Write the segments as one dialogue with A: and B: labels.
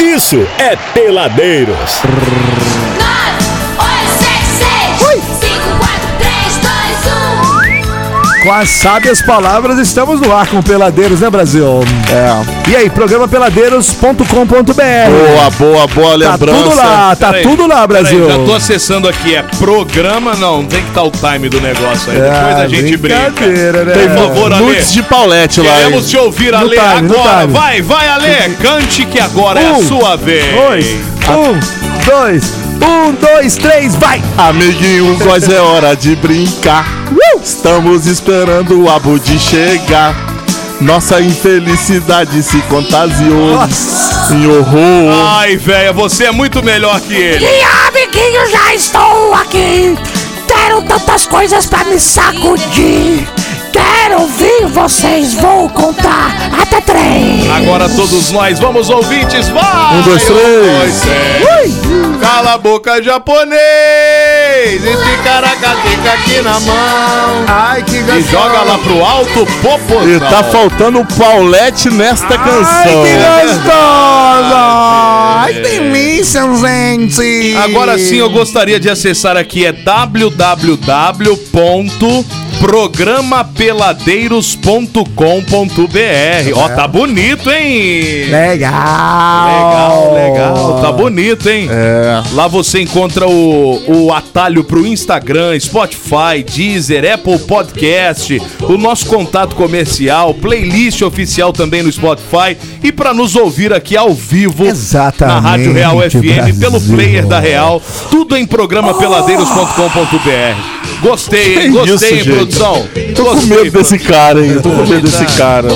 A: isso é Peladeiros.
B: 9, 8, 7, 6, 5, 4, 3, 2, 1.
C: Com as sábias palavras, estamos no ar com Peladeiros, né, Brasil? É. E aí, programa peladeiros.com.br.
D: Boa, boa, boa
C: Tá
D: lembrança.
C: tudo lá, tá
E: Peraí,
C: tudo lá,
E: peraí,
C: Brasil.
E: já tô acessando aqui, é programa, não, tem que estar o time do negócio aí. Depois a gente brinca.
C: É, Ah, brincadeira, né?
E: Por favor, Ale.
D: Nudes de Paulette lá. hein?
E: Queremos te ouvir, Ale,
C: time, no
E: agora.
C: time.
E: Vai, vai, Ale, cante que agora é a
C: Um,
E: sua vez.
C: Dois, um, dois, um, dois, três, vai!
D: Amiguinhos, nós é hora de brincar.
C: Uh!
D: Estamos esperando o Abudi chegar. Nossa infelicidade se contagiou
C: Nossa.
D: em horror.
E: Ai, velho, você é muito melhor que ele.
F: E amiguinho, já estou aqui. Deram tantas coisas pra me sacudir. Quero ouvir vocês, vou contar até três.
E: Agora todos nós vamos ouvintes, vai!
D: Um, dois, três.
E: é. Cala a boca, japonês! Esse caracateca aqui na mão.
C: Ai, que
E: E joga lá pro alto, popozão.
D: E tá faltando o Paulette nesta canção.
C: Ai, que delícia, gente!
E: Agora sim, eu gostaria de acessar aqui, é www.programapeladeiros.com.br Ó, tá bonito, hein?
C: Legal!
E: Legal, legal. Tá bonito, hein?
D: É.
E: Lá você encontra o, o atalho pro Instagram, Spotify, Deezer, Apple Podcast, o nosso contato comercial, playlist oficial também no Spotify e pra nos ouvir aqui ao vivo
C: Exatamente,
E: na Rádio Real FM
C: Brasil.
E: pelo player da Real, tudo em programa peladeiros.com.br. Gostei, hein?
D: Que
E: gostei,
D: isso,
E: hein,
D: gente?
E: produção.
D: Tô com
E: Gostei, Tá.
D: medo desse cara, hein? Tô com medo desse cara.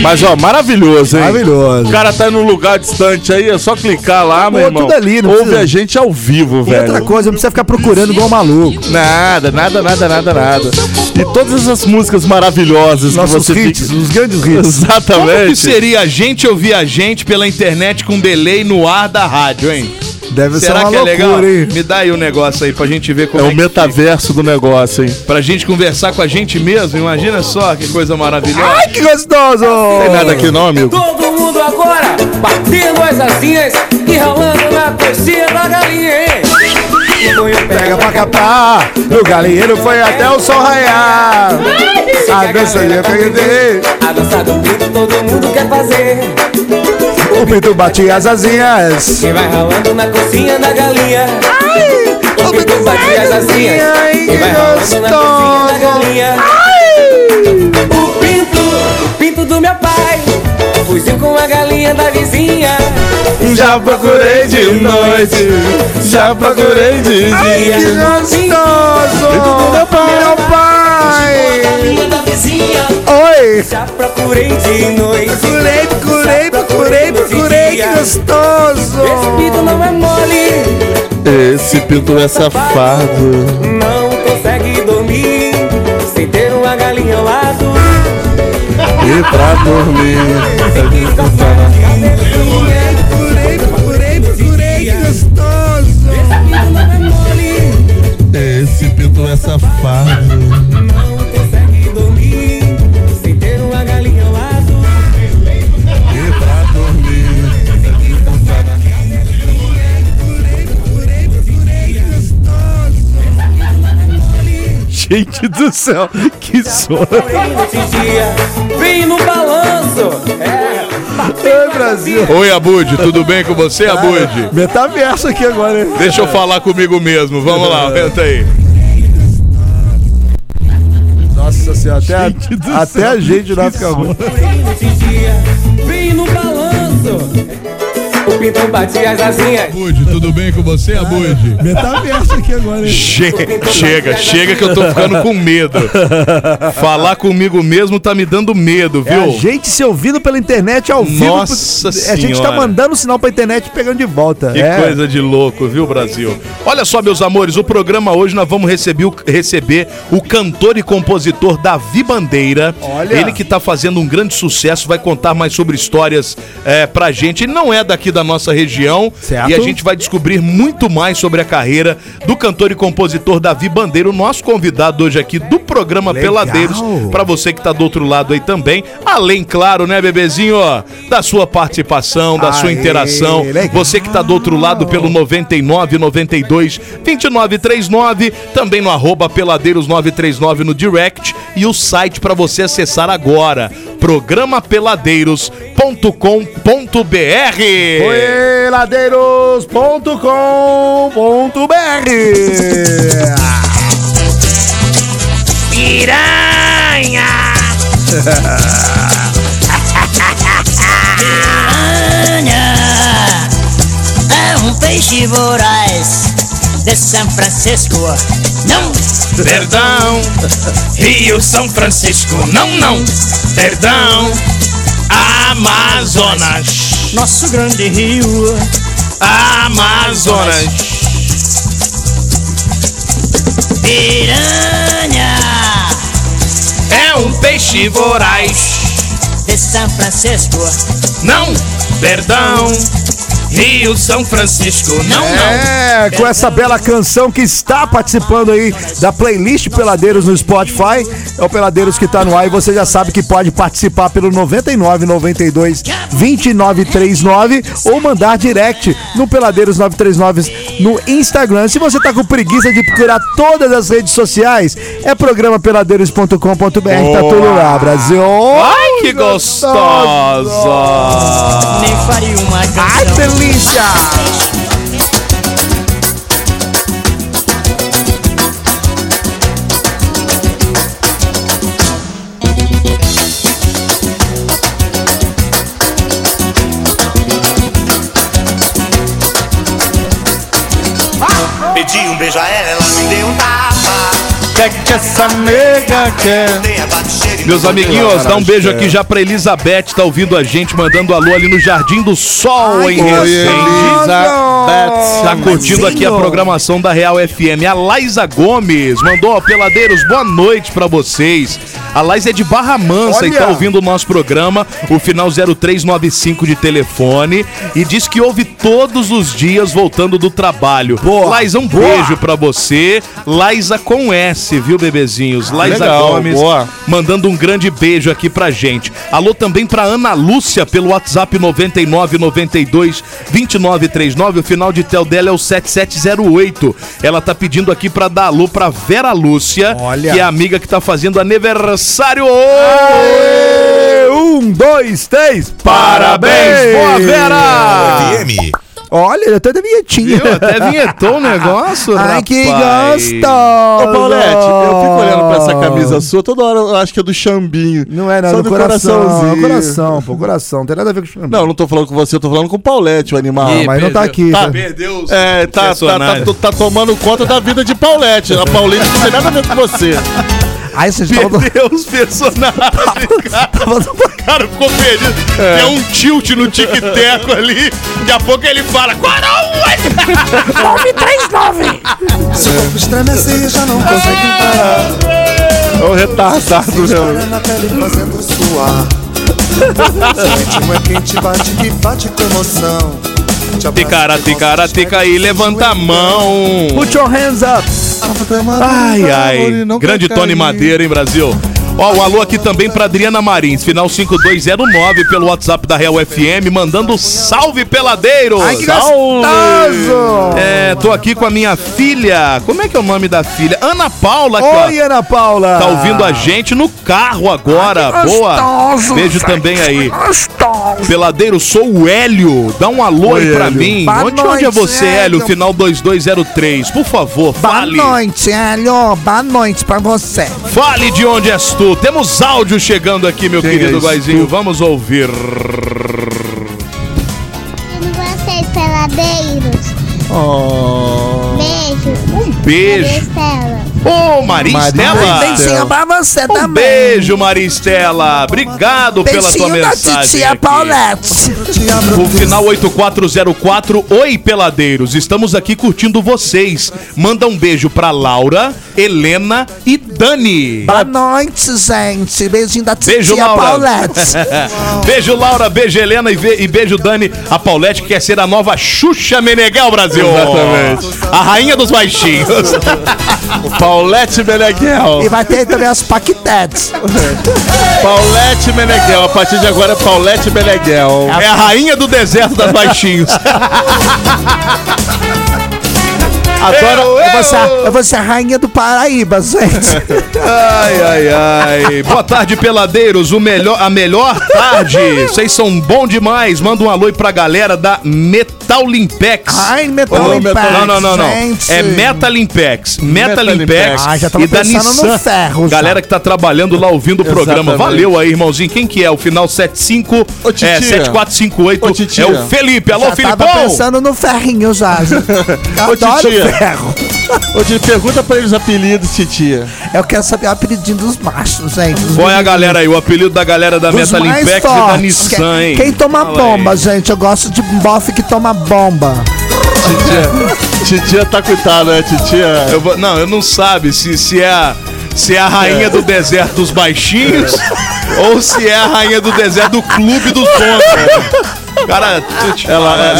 D: Mas, ó, maravilhoso, hein?
C: Maravilhoso.
D: O cara tá num lugar distante aí, é só clicar lá, meu
C: Pô,
D: irmão.
C: Tá tudo ali, não
D: Ouve
C: precisa-
D: a gente ao vivo,
C: E
D: velho.
C: outra coisa, não precisa ficar procurando igual um maluco.
D: Nada, nada, nada, nada, nada. E todas essas músicas maravilhosas
C: Nossos
D: que você
C: hits,
D: fica...
C: os grandes hits.
D: Exatamente.
E: Como que seria a gente ouvir a gente pela internet com delay no ar da rádio, hein?
C: Deve ser
E: Será
C: uma
E: que é legal?
C: loucura, hein?
E: Me dá aí o negócio aí pra gente ver
D: É
E: como é,
D: o
E: que
D: metaverso do negócio, hein?
E: fica. Pra gente conversar com a gente mesmo, imagina só que coisa maravilhosa.
C: Ai, que gostoso!
D: Tem nada aqui não, amigo?
G: Todo mundo agora batendo as asinhas e ralando na coxinha da galinha, hein?
C: Pega pra capar, no galinheiro foi até o sol raiar. A dança já peguei,
G: tá A dança do pinto todo mundo quer fazer.
C: o pinto bate as asinhas.
G: Quem vai ralando na coxinha da galinha? O pinto bate as asinhas. Quem vai ralando na coxinha da galinha? O pinto, o pinto do meu pai fugiu com a galinha da vizinha.
D: Já procurei de noite, já procurei de
G: Ai, que
C: Gostoso! Meu pai!
G: Galinha da vizinha.
C: Oi!
G: Já procurei de noite.
C: Procurei, procurei, procurei, procurei, que
G: Esse
C: gostoso!
G: pinto não é mole,
D: Esse pinto é safado.
G: não consegue dormir sem ter uma galinha ao lado.
D: E pra dormir.
C: Procurei, procurei, procurei, que gostoso!
D: Esse pinto é safado.
G: Não consegue dormir sem ter uma galinha ao lado.
D: E pra dormir.
C: Gente do céu, que sono!
G: Esse dia vem no balanço. É,
C: Oi, Brasil!
E: Oi, Abud, tudo bem com você, Abud?
C: Metaverso aqui agora, hein?
E: Deixa eu falar comigo mesmo, vamos lá, aumenta aí.
C: Nossa senhora, até, a, até a gente lá fica ruim.
G: esse dia vem no balanço. O pinto Então bate as asinhas.
E: Abud, tudo bem com você, Abud?
C: Metaverso aqui agora, hein?
E: Chega, chega, chega que eu tô ficando com medo. Falar comigo mesmo tá me dando medo,
C: É a
E: viu?
C: gente se ouvindo pela internet ao vivo.
E: Nossa
C: É, A gente tá
E: Senhora.
C: mandando sinal pra internet e pegando de volta.
E: Que
C: é.
E: coisa de louco, viu, Brasil? Olha só, meus amores, o programa hoje nós vamos receber o, receber o cantor e compositor Davi Bandeira.
C: Olha.
E: Ele que tá fazendo um grande sucesso, vai contar mais sobre histórias é, pra gente. Ele não é daqui da nossa nossa região.
C: Certo.
E: E a gente vai descobrir muito mais sobre a carreira do cantor e compositor Davi Bandeiro, nosso convidado hoje aqui do programa
C: Legal.
E: Peladeiros. Pra você que tá do outro lado aí também. Além, claro, né, bebezinho, ó, da sua participação, da sua
C: Aê,
E: interação.
C: legal.
E: Você que tá do outro lado pelo 99 92 29 39, também no arroba peladeiros 939 no direct e o site pra você acessar agora, programapeladeiros.com.br.
C: Poeladeiros.com.br
H: Piranha é um peixe voraz de São Francisco. Não,
E: Perdão,
H: Rio São Francisco. Não, não.
E: perdão, Amazonas,
H: Nosso grande rio
E: Amazonas.
H: Piranha
E: É um peixe voraz.
H: de São Francisco.
E: Não, perdão, Rio São Francisco. né? Não,
C: É, com essa bela canção que está participando aí da playlist Peladeiros no Spotify. É o Peladeiros que tá no ar e você já sabe que pode participar pelo 99 92 29 39 ou mandar direct no Peladeiros 939 no Instagram. Se você tá com preguiça de procurar todas as redes sociais, é programa peladeiros.com.br, tá tudo lá, Brasil.
E: Ai, que gostosa!
H: Nem faria uma
C: Ai,
H: canção.
C: delícia!
I: Pedi um beijo a ela, ela me deu um tapa.
E: é
I: Dei a bate
E: Meus amiguinhos, dá um beijo
G: é.
I: é.
E: aqui já pra Elizabeth, tá ouvindo a gente, mandando alô ali no Jardim do Sol, em Resende. Tá curtindo aqui a programação da Real FM. A Laisa Gomes mandou, ó, peladeiros, boa noite pra vocês. A Laisa é de Barra Mansa e
C: Olha!
E: tá ouvindo o nosso programa, o final 0395 de telefone, e diz que ouve todos os dias voltando do trabalho.
C: Boa!
E: Laisa, um
C: Boa!
E: beijo pra você. Laisa com S, viu, bebezinhos? Laisa
D: Legal,
E: Gomes
D: boa.
E: mandando um grande beijo aqui pra gente. Alô também pra Ana Lúcia pelo WhatsApp 9992 2939. O final de tel dela é o 7708. Ela tá pedindo aqui pra dar alô pra Vera Lúcia,
C: Olha.
E: que é a amiga que tá fazendo aniversário.
C: Aê! Um, dois, três.
E: Parabéns, boa Vera!
C: Olha, eu até Tá da vinhetinha.
E: Viu? Até vinhetou o negócio,
C: Ai,
E: rapaz.
C: que gostoso!
D: Ô, Paulette, eu fico olhando pra essa camisa sua, toda hora eu acho que é do Xambinho.
C: Não é, não,
D: Só
C: do coração.
D: coraçãozinho.
C: Coração, pô, coração. Não tem nada a ver com o
D: Não, não tô falando com você, eu tô falando com o Paulette, o animal.
E: Ih,
C: mas não tá aqui.
D: Tá.
C: tá?
E: Perdeu os
D: É, tá, tá, tá,
E: personagens.
D: tá, tomando conta da vida de Paulette. A Paulette não tem nada a ver com você.
C: Ai, vocês estavam.
E: Perdeu os personagens, cara. O cara ficou perdido. É. um tilt no tic-teco ali. Daqui a pouco ele fala: um, Quarão!
F: 939!
I: Estremece e já não consegue parar.
D: É um retardado, meu.
I: Olha na pele fazendo suar. Seu ritmo é quente, bate que bate com emoção. Te abraça,
E: Ticara,
I: te
E: ticara,
I: gosta,
E: tica aí,
I: esfrega,
E: levanta a mão.
C: Put your hands up!
D: um
E: Ai, ai. Grande Tony Madeira, hein, Brasil? Ó, o alô aqui também pra Adriana Marins, final 5209 pelo WhatsApp da Real FM, mandando salve peladeiro.
C: Ai, que
E: Salve!
C: gostoso!
E: É, tô aqui com a minha filha. Como é que é o nome da filha? Ana Paula, que ó,
C: Oi, Ana Paula!
E: tá ouvindo a gente no carro agora. Boa.
F: Gostoso,
E: Beijo
F: gente,
E: também aí.
F: Gostoso!
E: Peladeiro, sou o Hélio. Dá um alô aí pra
D: Hélio.
E: mim.
C: Boa
E: Onde, onde é
C: noite,
E: você, Hélio?
C: Hélio.
E: Final 2203. Por favor,
C: Boa
E: fale.
C: noite,
F: é
C: Hélio! Boa noite pra você!
E: Fale de onde és tu. Temos áudio chegando aqui, meu querido
D: és
E: Guaizinho. Vamos ouvir.
J: vocês,
D: Oh.
J: peladeiros. Beijo.
E: Um Beijo.
J: Estela.
E: Ô, Maristela!
F: Beijinho um pra você
E: Um
F: também.
E: beijo, Maristela. Obrigado pela sua
F: Beijinho da
E: mensagem.
F: titia
E: aqui.
F: Paulette.
I: Te abro
E: O final 8404. Oi, peladeiros. Estamos aqui curtindo vocês. Manda um beijo pra Laura, Helena e Dani.
F: Boa noite, gente. Beijinho da titia
E: Beijo, Laura.
F: Paulette.
E: Beijo, Laura. Beijo, Helena. E, ve- e beijo, Dani. A Paulette quer ser a nova Xuxa Meneghel Brasil.
D: Exatamente.
E: A rainha dos baixinhos.
D: Paulette Meneghel.
F: e vai ter também as paquetetes.
D: Paulette Meneghel. A partir de agora é Paulette Meneghel.
E: É a rainha do deserto das baixinhos. Eu,
F: Eu
E: eu.
F: vou, ser, a- eu vou ser a rainha do Paraíba, gente.
E: Ai, ai, ai. Boa tarde, peladeiros. O melhor, a melhor tarde. Vocês são bom demais. Manda um alô aí pra galera da Metal Limpex.
F: Ai, Metal
E: Ô,
F: Limpex,
E: Não, não, não, não.
F: gente.
E: É Metal Impex. Metal Impex.
F: Ah, já tava
E: e da
F: pensando
E: Nissan.
F: no ferro já.
E: Galera que tá trabalhando lá ouvindo o programa.
D: Exatamente.
E: Valeu aí, irmãozinho. Quem que é? O final 75
D: Ô, titia.
E: é 7458.
D: Ô, titia.
E: é o Felipe. Alô,
F: Já
E: Filipão.
F: tava pensando no ferrinho já. gente. Eu
D: Ô,
F: adoro
D: titia.
F: ferro.
D: Hoje pergunta pra eles apelidos, titia.
E: É
F: Eu quero saber o apelidinho dos machos, gente. Dos
E: Qual é a galera aí? O apelido da galera da
F: Dos
E: Metal
F: mais
E: Impex e da
F: fortes.
E: Nissan,
F: Quem,
E: hein?
F: quem toma
E: Fala aí.
F: bomba, gente? Eu gosto de bofe que toma bomba.
D: Titia, titia tá coitada, né, titia?
E: Eu vou- não, eu não sabe se, se é a, se é a rainha do deserto dos baixinhos ou se é a rainha do deserto do clube dos bons. Cara, tu te-
D: é
E: né? ela,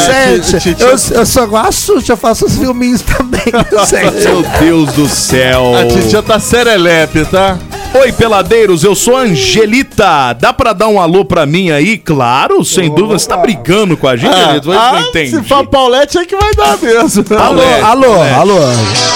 F: gente,
D: ti- ti-
F: eu, eu sou igual a Xuxa, eu faço os filminhos também, gente.
E: meu Deus do céu.
D: A titia tá serelepe, tá?
E: Oi, peladeiros, eu sou a Angelita. Dá pra dar um alô pra mim aí? Claro, sem dúvida. Você tá brigando com a gente, Angelita? Mas não entendi.
D: Ah, se for Paulette é que vai dar mesmo.
E: Alô,
F: Alô, alô.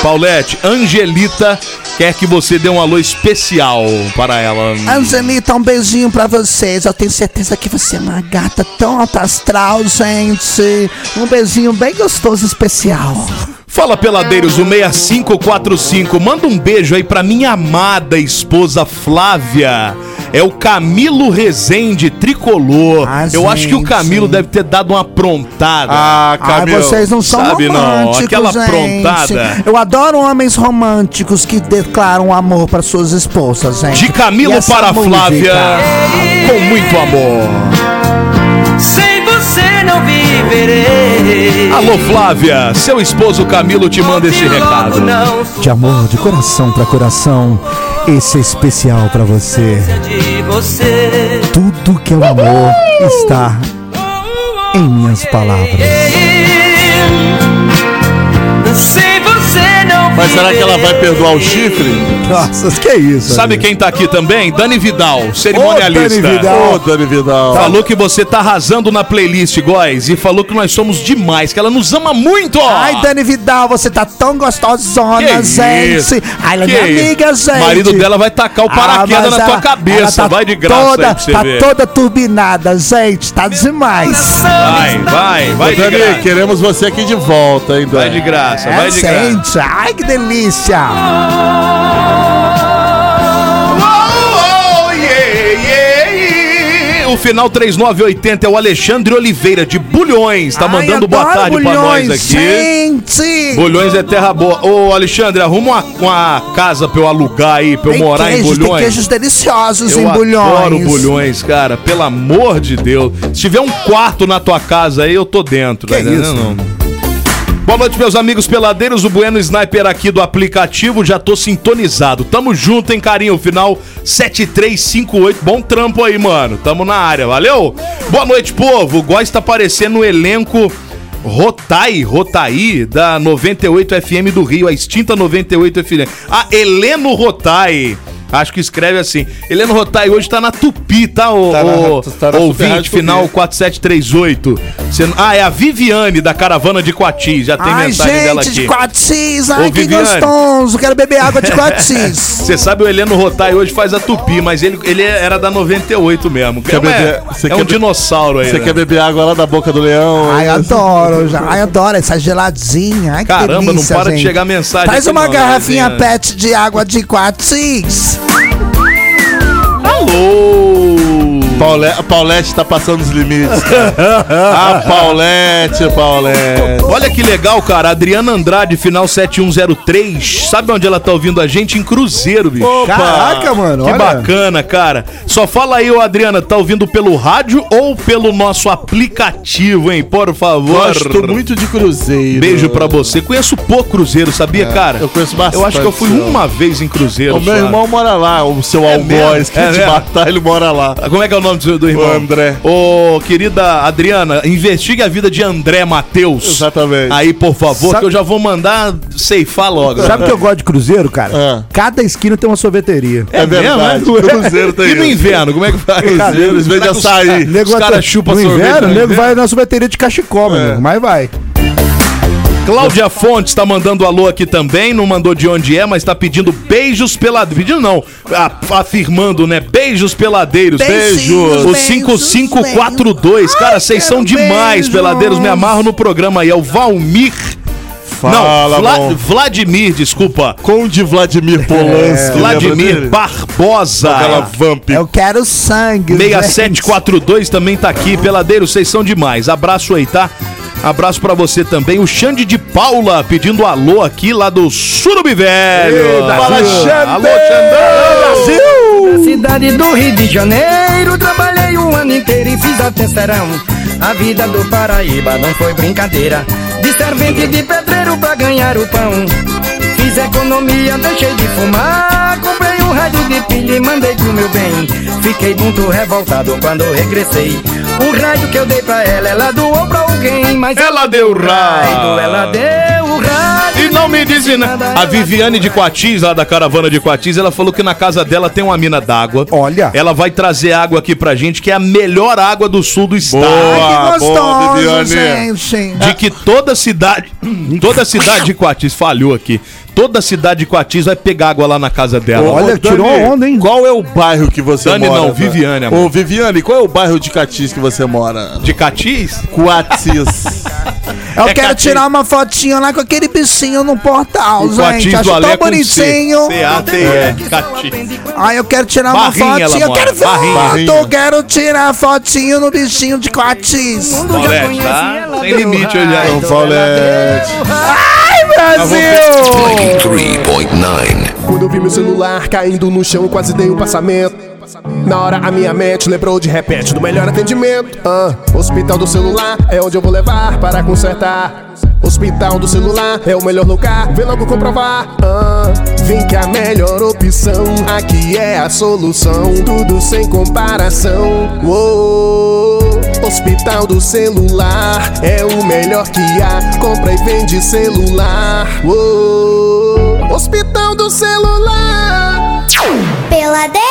E: Paulette, Angelita quer que você dê um alô especial para ela.
F: Angelita, um beijinho pra vocês. Eu tenho certeza que você é uma gata tão alta astral, gente. Um beijinho bem gostoso, especial.
E: Fala peladeiros, o 6545. Manda um beijo aí pra minha amada esposa Flávia. É o Camilo Rezende, tricolor.
F: Ah,
E: Eu acho que o
F: gente.
E: Camilo deve ter dado uma aprontada.
D: Ah,
F: Ai,
D: Camilo.
F: vocês não são
E: sabe não,
F: românticos,
E: aquela
F: gente.
E: aprontada.
F: Eu adoro homens românticos que declaram amor para suas esposas, gente.
E: De Camilo
F: E essa
E: para a
F: música?
E: Flávia, com muito amor.
G: Sem você não viverei.
E: Alô, Flávia, seu esposo Camilo te manda esse recado.
G: Não
C: De amor, de coração pra coração, esse é especial pra você.
G: de você.
C: Tudo que é o amor está em minhas palavras.
G: Sem você não
D: Mas será que ela vai perdoar o chifre?
C: Nossa, que é isso?
E: Sabe
C: amigo?
E: quem tá aqui também? Dani Vidal, cerimonialista.
C: Ô, Dani Vidal.
D: Ô, Dani Vidal.
E: Falou que você tá arrasando na playlist, Góis, e falou que nós somos demais, que ela nos ama muito, ó.
F: Ai, Dani Vidal, você tá tão gostosona,
E: Que isso?
F: gente. Ai, ela é
E: Que
F: minha
E: isso?
F: amiga, gente.
E: O marido dela vai tacar o paraquedas
F: Ah, mas
E: na tua
F: ela- ela
E: cabeça.
F: tá
E: vai de graça
F: toda,
E: aí pra você
F: Tá
E: ver.
F: toda turbinada, gente. Tá demais.
E: Vai, vai, vai de
D: Dani,
E: graça.
D: queremos você aqui de volta, hein,
E: Vai de
D: Dani?
E: graça,
F: É,
E: vai de graça.
F: gente. Ai, que delícia.
E: Oh, oh, yeah, yeah, yeah. O final 3980 é o Alexandre Oliveira, de Bulhões. Tá
F: Ai,
E: mandando boa
F: adoro
E: tarde pra nós
F: bulhões,
E: aqui.
F: Gente.
E: Bulhões é terra boa. Ô, Alexandre, arruma uma, uma casa pra eu alugar aí, pra eu
F: Tem
E: morar em
F: queijos, Tem
E: Bulhões.
F: queijos deliciosos
E: Eu
F: em bulhões.
E: adoro bulhões, cara. Pelo amor de Deus. Se tiver um quarto na tua casa aí, eu tô dentro. tá Que
C: isso?
E: Boa noite, meus amigos peladeiros. O Bueno Sniper aqui do aplicativo. Já tô sintonizado. Tamo junto, hein, carinho? Final 7358. Bom trampo aí, mano. Tamo na área, valeu? Boa noite, povo. O Góis tá aparecendo no elenco Rotai, Rotai, da 98 FM do Rio, a extinta 98 FM. A Ah, Heleno Rotai. Acho que escreve assim. Heleno Rotai hoje tá na Tupi, tá, ô,
D: Tá na-
E: ô,
D: tá na Super
E: ouvinte,
D: Rádio
E: final
D: Tupi.
E: 4738. Você- ah, é a Viviane da Caravana de Coati. Já tem
F: Ai,
E: mensagem dela
F: gente,
E: aqui.
F: de quatis. Ai,
E: Ô,
F: que
E: Viviane.
F: gostoso. Quero beber água de quatis.
E: Você sabe, o Heleno Rotai hoje faz a Tupi, mas ele, ele era da 98 mesmo.
D: Quer
E: é, uma-
D: beber- você
E: é um
D: quer be-
E: dinossauro aí.
D: Você
E: né?
D: quer beber água lá da boca do leão?
F: Ai,
D: hein?
F: adoro, já. Ai, adoro essa geladinha. Ai, que
E: Caramba, não
F: delícia,
E: para de
F: gente.
E: chegar mensagem
F: Traz
E: aqui
F: uma
E: não, né,
F: garrafinha
E: Terezinha.
F: pet
E: Oh.
F: de água de quatis.
E: Alô!
D: Paule- a Paulette tá passando os limites, cara. A Paulette, Paulette.
E: Olha que legal, cara. Adriana Andrade, final 7103. Sabe onde ela tá ouvindo a gente? Em Cruzeiro, bicho.
D: Opa!
C: Caraca, mano.
E: Que
C: olha.
E: bacana, cara. Só fala aí, ô Adriana, tá ouvindo pelo rádio ou pelo nosso aplicativo, hein? Por favor.
D: Gosto muito de Cruzeiro. É,
E: Beijo pra você. Conheço pouco Cruzeiro, sabia, cara?
D: eu conheço bastante,
E: É, Eu acho que eu fui
D: senhor.
E: uma vez em Cruzeiro.
D: O meu
E: só.
D: irmão mora lá, o seu algoz,
E: mesmo?
D: que
E: É
D: te
E: mesmo?
D: matar, ele mora lá.
E: Como é que é o nome do seu- do irmão?
D: André.
E: Ô, querida Adriana, investigue a vida de André Matheus.
D: Exatamente.
E: Aí, por favor,
C: Sabe-
E: que eu já vou mandar ceifar logo.
C: Sabe o que eu gosto de cruzeiro, cara?
D: Ah.
C: Cada esquina tem uma sorveteria.
D: É, verdade.
E: mesmo,
D: O Cruzeiro tem
E: E no
D: isso.
E: inverno, como é que faz?
D: Cruzeiro, eles vendem
E: Será que os
D: açaí.
E: ca-
C: Nego
E: Os
C: até-
E: caras chupam
C: no
E: sorvete
C: inverno, o nego
E: inverno?
C: vai na sorveteria de cachecol,
D: É.
C: meu amigo, mas vai.
E: Cláudia Fontes tá mandando alô aqui também, não mandou de onde é, mas tá pedindo beijos peladeiros. Pedindo não, a- afirmando, né? Beijos peladeiros.
D: Beijos.
E: O 5542. Cara, vocês são demais, peladeiros. Me amarro no programa aí. É o Valmir.
D: Fala,
E: não, Vla-
D: bom.
E: Vladimir, desculpa. É.
D: Conde Vladimir Polanski.
E: Vladimir
D: Barra.
E: Barbosa.
D: Aquela vamp.
C: Eu quero sangue.
E: 6742 também tá aqui. Peladeiro, vocês são demais. Abraço aí, tá? Abraço pra você também. O Xande de Paula pedindo alô aqui lá do Surubi Velho.
D: Fala, Xande!
E: Alô, Xandão!
J: Cidade do Rio de Janeiro, trabalhei um ano inteiro e fiz até serão. A vida do Paraíba não foi brincadeira. De servente de pedreiro pra ganhar o pão. Fiz economia, deixei de fumar. Comprei um rádio de pilha e mandei pro meu bem. Fiquei muito revoltado quando regressei. O rádio que eu dei pra ela, ela doou pra alguém. Mas
E: Ela deu
J: rádio, ela
E: rádio.
J: deu o rádio.
E: E não me dizem nada. A Viviane de Quatis, lá da caravana de Quatis, ela falou que na casa dela tem uma mina d'água.
C: Olha.
E: Ela vai trazer água aqui pra gente, que é a melhor água do sul do estado.
D: Boa, boa, Viviane.
C: gente.
E: de que toda cidade, toda cidade de Coatis falhou aqui. Toda cidade de Coatis vai pegar água lá na casa dela.
C: Olha,
D: Ô,
C: tirou
D: Dani,
C: onda, hein?
D: Qual é o bairro que você
E: Dani
D: mora?
E: não,
D: né?
E: Viviane, amor.
D: Ô, Viviane, qual é o bairro de Catis que você mora?
E: De Catis?
D: Coatis.
C: Eu
E: É
C: quero
E: cati-
C: tirar uma fotinha lá com aquele bichinho no portal,
E: O
C: gente. Acho
E: é
C: tão bonitinho.
E: C-A-T-E. Catis.
C: Ai, eu quero tirar
E: Barrinha
C: uma
E: ela
C: fotinha. Eu
E: mora,
C: quero ver
D: Barrinha.
C: foto. Eu quero tirar fotinho no bichinho de Coatis.
E: Paulette, tá? Sem limite hoje aí.
D: Não, Paulette. Tá
C: Ai, Brasil!
K: Quando eu vi meu celular caindo no chão, eu quase dei um passamento. Na hora a minha mente lembrou de repente do melhor atendimento. Ah, hospital do celular é onde eu vou levar para consertar. Hospital do celular é o melhor lugar, vem logo comprovar. Ah, vem que a melhor opção aqui é a solução, tudo sem comparação. Uou, hospital do celular é o melhor que há, compra e vende celular. Uou, hospital do celular.
B: Peladeiros.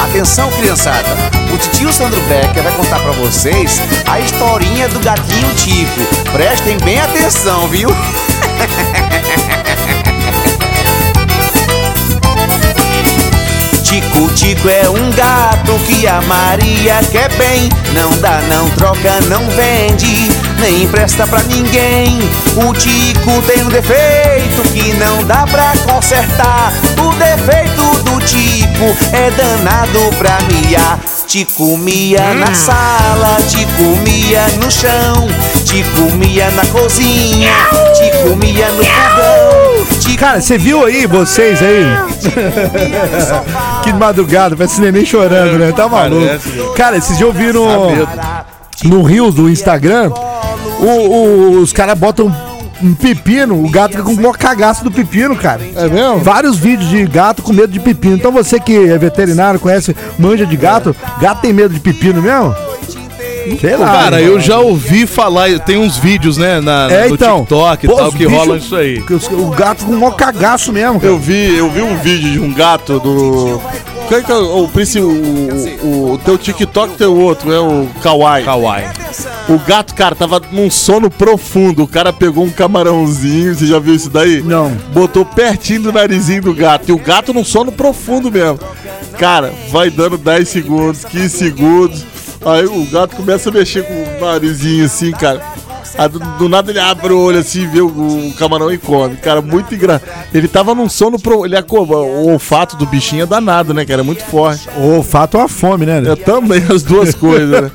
I: Atenção, criançada! O tio Sandro Becker vai contar pra vocês a historinha do gatinho Tico. Prestem bem atenção, viu? Tico Tico é um gato que a Maria quer bem. Não dá, não troca, não vende, nem empresta pra ninguém. O Tico tem um defeito que não dá pra consertar. O defeito do Tico é danado pra miar. Tico mia na sala, Tico mia no chão, Tico mia na cozinha, Tico mia no fogão. Tico
C: Cara, você viu aí, vocês aí? que madrugada, parece neném chorando, né? Tá maluco. Cara, esses dias eu vi no, no Rios do Instagram, o- o- os caras botam um pepino, o gato fica com o maior cagaço do pepino, cara. É mesmo? Vários vídeos de gato com medo de pepino. Então você que é veterinário, conhece, manja de gato, gato tem medo de pepino mesmo? Sei lá.
E: Cara,
C: irmão.
E: eu já ouvi falar, tem uns vídeos, né, na,
C: É,
E: no
C: então.
E: TikTok e
C: Pô,
E: tal,
C: os
E: que
C: bichos-
E: rola isso aí.
C: que os- O gato com o maior cagaço mesmo, cara.
D: Eu vi, eu vi um vídeo de um gato do. Quem que é o, o, princi- o, o, o teu TikTok tem o outro, é o Kawaii.
E: Kawaii.
D: O gato, cara, tava num sono profundo. O cara pegou um camarãozinho, você já viu isso daí?
C: Não.
D: Botou pertinho do narizinho do gato. E o gato num sono profundo mesmo. Cara, vai dando 10 segundos, 15 segundos. Aí o gato começa a mexer com o narizinho assim, cara. Aí do, do nada ele abre o olho assim, vê o, o camarão e come. Cara, muito engraçado. Ele tava num sono pro. Ele acordou. O olfato do bichinho é danado, né, cara? É muito forte.
C: O olfato é a fome, né?
D: Eu também, as duas coisas, né?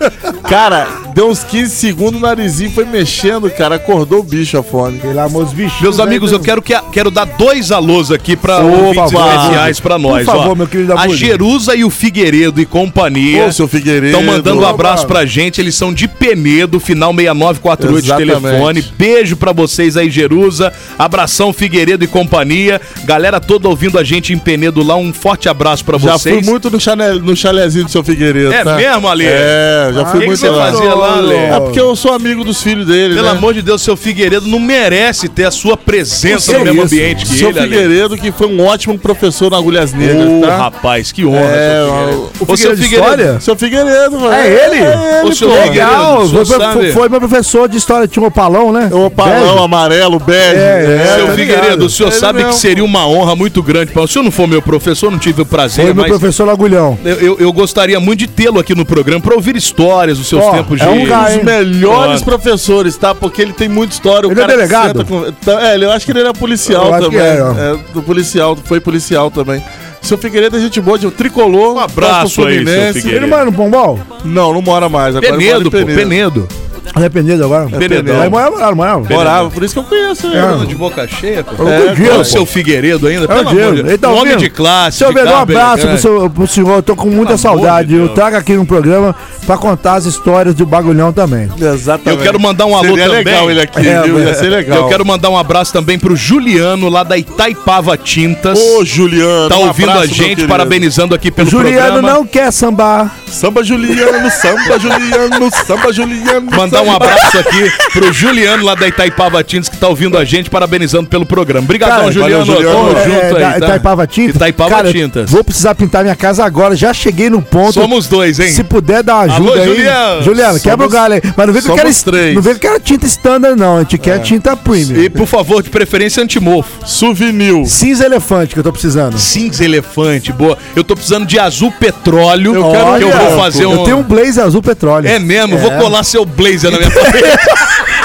D: Cara, deu uns 15 segundos, o narizinho foi mexendo, cara. Acordou o bicho a fome.
C: Pelo amor dos bichos.
D: né,
E: Meus amigos, eu quero, que a- quero dar dois alôs aqui para ouvintes
D: favor.
E: especiais para
D: Por
E: nós.
D: favor,
E: ó.
D: meu querido
E: A
D: Abud.
E: Jerusa e o Figueiredo e companhia.
D: Ô, seu Figueiredo.
E: Estão mandando um
D: Opa.
E: abraço pra gente. Eles são de Penedo, final 6948 de
D: Exatamente.
E: telefone. Beijo pra vocês aí, Jerusa. Abração, Figueiredo e companhia. Galera toda ouvindo a gente em Penedo lá. Um forte abraço pra
D: Já
E: vocês.
D: fui muito no, chale, no chalezinho do seu Figueiredo.
E: É
D: tá?
E: mesmo, Ale?
D: É, já
E: Ah,
D: fui
E: que que
D: muito
E: você fazia lá, Ale?
D: É porque eu sou amigo dos filhos dele.
E: Pelo
D: né?
E: amor de Deus, seu Figueiredo não merece ter a sua presença
D: Que
E: no mesmo
D: isso?
E: ambiente que
D: Seu
E: ele. Ale.
D: Figueiredo, que foi um ótimo professor na Agulhas Negras,
E: Ô,
D: tá?
E: rapaz, que honra,
D: É,
E: seu Figueiredo.
D: o,
E: Ô, seu
D: Figueiredo de
E: Figueiredo.
D: História? Seu Figueiredo, mano.
C: É ele?
D: É ele,
E: Ô, seu
D: pô.
E: Figueiredo,
C: Legal,
E: o
C: foi,
E: senhor
C: foi-
E: sabe?
C: foi meu professor de história, tinha um opalão, né?
D: O Palão,
C: Bege.
D: amarelo, bege. né?
C: É, é,
E: Seu
C: tá
E: Figueiredo, o senhor
D: Ele
E: sabe
D: mesmo.
E: que seria uma honra muito grande para o senhor não for meu professor, não tive o prazer,
C: Foi meu
E: mas
C: professor no agulhão.
E: eu, eu- eu gostaria muito de tê-lo aqui no programa para ouvir histórias dos seus
C: Ó,
E: tempos de.
C: é um cara,
D: Os
C: hein?
D: melhores
E: Ó.
D: professores, tá? Porque ele tem muita história. O
C: Ele é
D: cara que
C: delegado?
D: senta com- tá- É, ele- eu acho que ele era policial
C: Eu acho
D: também.
C: que é, ó.
D: É, do policial, foi policial também. Seu Figueiredo é gente boa, de tricolor. Um
E: abraço aí, seu
C: Ele
E: Figueiredo.
C: mora no Pombal?
D: Não, não mora mais. Agora
E: Penedo,
D: mora
E: pô,
D: em Penedo. É
E: Penedo.
C: Arrependido É agora?
E: Penedão.
C: Aí morava, morava, morava.
D: Morava, por isso que eu conheço ele. né?
E: De boca cheia, pô.
C: É,
E: É,
C: Diego.
E: o seu Figueiredo ainda,
C: É o
E: pelo amor de
C: Diego. Ele tá
E: Um homem
C: ouvindo?
E: de classe.
C: Seu
E: de é. né?
C: Velho, um
E: cabelo,
C: abraço pro,
E: cara.
C: seu- pro senhor. Eu tô com muita
E: Pelo amor
C: saudade.
E: de
C: Eu
E: Deus.
C: trago aqui no programa pra contar as histórias do bagulhão também.
D: Exatamente.
E: Eu quero mandar um alô
D: Seria
E: também.
D: legal ele aqui,
C: É,
D: viu? Ia
C: mas-
D: ser legal.
E: Eu quero mandar um abraço também pro Juliano, lá da Itaipava Tintas.
D: Ô, Juliano.
E: tá
D: um
E: ouvindo
D: abraço,
E: a
D: meu
E: gente,
D: querido.
E: parabenizando aqui pelo
C: Juliano
E: programa.
C: não quer sambar.
D: Samba Juliano, samba Juliano, samba Juliano.
E: Mandar um
D: samba-
E: abraço aqui pro Juliano lá da Itaipava Tintas que tá ouvindo a gente, parabenizando pelo programa. Obrigadão,
C: Cara,
E: Juliano.
D: valeu, Juliano.
E: Tamo
D: É,
E: junto aí. tá?
C: Itaipava Tintas.
E: Itaipava
C: Cara,
E: Tintas.
C: Vou precisar pintar minha casa agora. Já cheguei no ponto.
E: Somos dois, hein?
C: Se puder dar ajuda
E: Alô,
C: aí.
E: Juliano.
C: Juliano, quebra o
D: Somos-
C: galho aí. Mas não vê que eu quero.
D: somos três.
C: Não vê que eu quero tinta standard, não. A gente
E: É.
C: quer tinta premium.
E: E por favor, de preferência, antimofo.
D: Souvenir.
C: Cinza elefante que eu tô precisando.
E: Cinza elefante, boa. Eu tô precisando de azul petróleo.
D: Eu quero
E: que eu
C: Olha,
E: vou fazer um.
C: Eu tenho um blazer azul petróleo.
E: É mesmo, vou colar seu blazer na minha parede.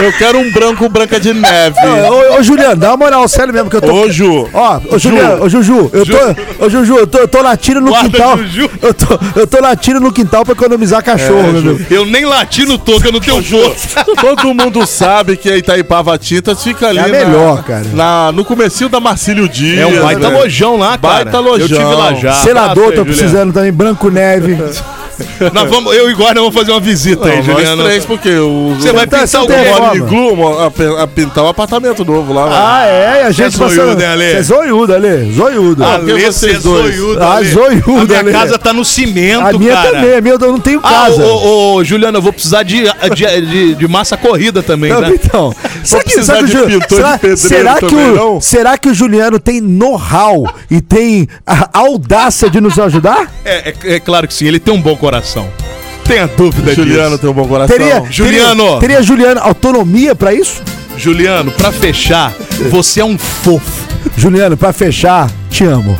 D: Eu quero um branco branca de neve.
C: Ô, ô, ô, Juliano, dá uma moral, sério mesmo, que eu tô.
D: Ô, Ju.
C: Ó, ô Juliano, ô Juju, eu tô. Ô Juju, eu tô, eu tô latindo no
E: Guarda,
C: quintal.
E: Juju. É,
C: Eu tô, eu tô latindo no quintal pra economizar cachorro, meu amigo.
E: Eu nem lati no toca no teu jogo.
D: Todo mundo sabe que a Itaipava Tintas fica ali.
C: a melhor, cara.
D: na- no comecinho da Marcílio Dias.
E: É um baita
D: né?
E: lojão lá, cara.
D: Baita lojão.
E: Eu tive lá já.
C: Senador,
E: Abraço
C: tô
E: aí, Juliano.
C: precisando também. Branco Neve.
E: Nós vamos, eu e Guarda vamos fazer uma visita aí,
D: Não, nós
E: Juliano.
D: três, porque o,
E: Você vai
D: o
E: pintar o
C: você tem
E: quê?
C: reforma?
D: Rodney Gloom a, a- a pintar um apartamento novo lá. mano.
C: Ah, é, a gente
E: zoiudo, hein, Ale?
C: Você é zoiudo, Ale. Zoiudo.
E: Ah,
C: A,
E: Lê, você é
D: vocês dois.
E: zoiudo,
C: Ah,
E: Ale.
C: zoiudo,
E: A minha
C: Ale.
E: casa tá no cimento,
C: minha
E: cara.
C: também, a minha eu não tenho
E: Ah,
C: casa.
E: ô, ô, ô, Juliano, eu vou precisar de, de, de- de massa corrida também,
C: Não,
E: tá?
C: Então, será que,
D: precisar
C: será, que o
D: de
C: Ju-
D: pintor
C: será-
D: de pedreiro
C: será que
D: também,
C: o,
D: não?
C: será que o Juliano tem know-how e tem a audácia de nos ajudar?
E: É, é- é claro que sim, ele tem um bom coração. Tenha dúvida
D: Juliano
E: disso.
D: tem um bom coração.
C: Teria,
E: Juliano.
C: Teria, teria Juliano autonomia pra isso?
E: Juliano, pra fechar, você é um fofo.
C: Juliano, pra fechar, te amo.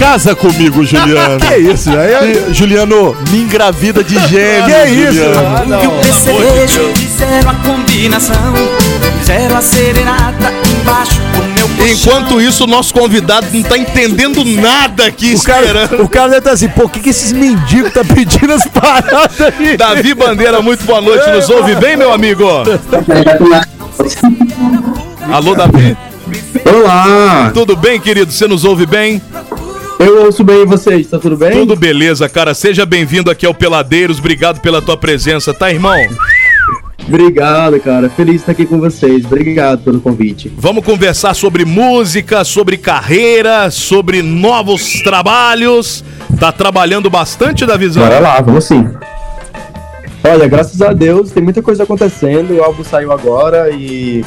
D: Casa comigo, Juliano.
C: Que isso, velho?
D: E, Juliano, me engravida de
G: Ah,
D: gêmeos.
C: Que é isso? Ah,
D: Juliano.
G: E o percevejo fizeram a combinação Fizeram a serenata embaixo do meu colchão
E: Enquanto isso, o nosso convidado não tá entendendo nada aqui
C: O cara,
E: esperando.
C: o cara deve estar assim, pô, o que, que esses mendigos tá pedindo as paradas aí? É,
E: Davi Bandeira, muito boa noite. Nos ouve bem, meu amigo?
G: Tá
E: Alô, Davi.
L: Olá!
E: Tudo bem, querido? Você nos ouve bem?
L: Eu ouço bem vocês, tá tudo bem?
E: Tudo beleza, cara. Seja bem-vindo aqui ao Peladeiros. Obrigado pela tua presença, tá, irmão?
L: Obrigado, cara. Feliz de estar aqui com vocês. Obrigado pelo convite.
E: Vamos conversar sobre música, sobre carreira, sobre novos trabalhos. Tá trabalhando bastante, Davizão?
L: Bora lá, vamos sim. Olha, graças a Deus, tem muita coisa acontecendo. O álbum saiu agora e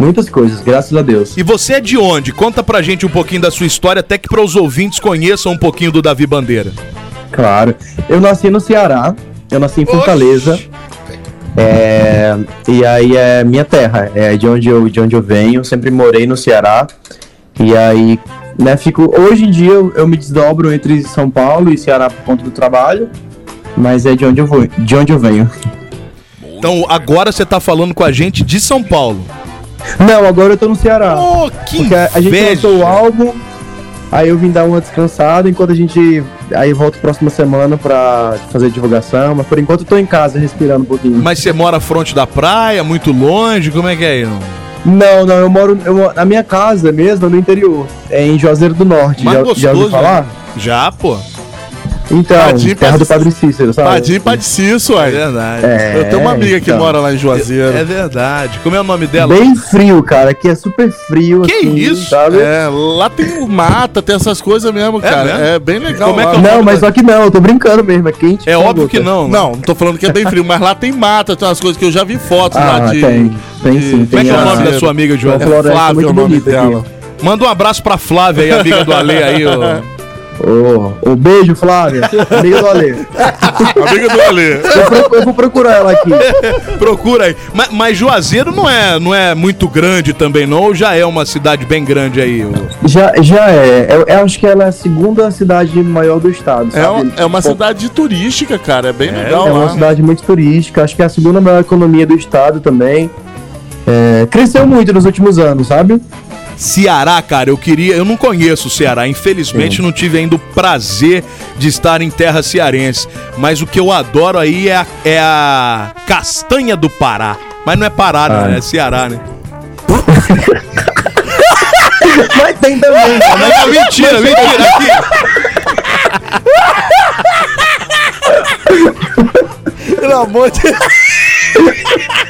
L: muitas coisas, graças a Deus.
E: E você é de onde? Conta pra gente um pouquinho da sua história, até que para os ouvintes conheçam um pouquinho do Davi Bandeira.
L: Claro. Eu nasci no Ceará, eu nasci em Fortaleza. É, e aí é minha terra, é de onde eu, de onde eu venho, sempre morei no Ceará. E aí, né, fico. Hoje em dia eu, eu me desdobro entre São Paulo e Ceará por conta do trabalho, mas é de onde eu vou, de onde eu venho.
E: Então agora você tá falando com a gente de São Paulo.
L: Não, agora eu tô no Ceará.
E: Oh, que
L: Porque a, a gente
E: inveja.
L: lançou o álbum, aí eu vim dar uma descansada, enquanto a gente. Aí eu volto próxima semana pra fazer divulgação, mas por enquanto eu tô em casa respirando um pouquinho.
E: Mas você mora à fronte da praia, muito longe, como é que é aí? Não?
L: Não, não, eu moro, eu moro- na minha casa mesmo, no interior. É em Juazeiro do Norte.
E: Mais
L: já, já ouviu
E: gostoso,
L: falar?
E: né? Já, pô.
L: Então,
D: tipo
E: Padim,
L: terra
E: Padim-
L: do Padre Cícero, sabe?
E: Padim,
D: Pá de Cício, ué. É
E: verdade.
D: Eu tenho uma amiga que mora lá em Juazeiro.
E: É verdade. Como é o nome dela?
L: então. Bem frio, cara. Aqui é super frio.
D: Que
L: assim,
D: isso?
L: Sabe?
D: É, lá tem o mata, tem essas coisas mesmo, cara. É,
L: mesmo?
D: bem legal.
L: Como é
D: lá.
L: que é o Não, nome mas da- só que não, eu tô brincando mesmo, é quente.
D: É
L: pra
D: óbvio que
L: boca.
D: não. Não, não tô falando que é bem frio, mas lá tem mata, tem umas coisas que eu já vi fotos
L: Ah,
D: lá de.
L: tem, tem
D: de-
L: sim,
D: Como é
L: tem
D: que é o
L: a-
D: nome da sua amiga, João? É
L: uma floresta muito bonita aqui.
E: Manda um abraço pra Flávia aí, amiga do Ale aí, ó.
L: Ô, ô, beijo, Flávia. Amiga do Ale.
E: Amiga do Ale.
L: Eu, pro- eu vou procurar ela aqui.
E: Procura aí. Mas, mas Juazeiro não é, não é muito grande também, não? Ou já é uma cidade bem grande aí? ô?
L: Já, já é. Eu, eu acho que ela é a segunda cidade maior do estado.
D: É,
L: sabe?
D: um- é uma
L: Pô,
D: cidade turística, cara. É bem legal
L: É
D: lá.
L: uma cidade muito turística, acho que é a segunda maior economia do estado também. É, cresceu muito nos últimos anos, sabe?
E: Ceará, cara, eu queria. Eu não conheço o Ceará, infelizmente não tive ainda o prazer de estar em terra cearense. Mas o que eu adoro aí é a, é a castanha do Pará. Mas não é Pará,
L: Ah,
E: né? É Ceará, né?
L: Mas tem também. né?
E: Não, mentira, mentira. Aqui,
D: Pelo amor de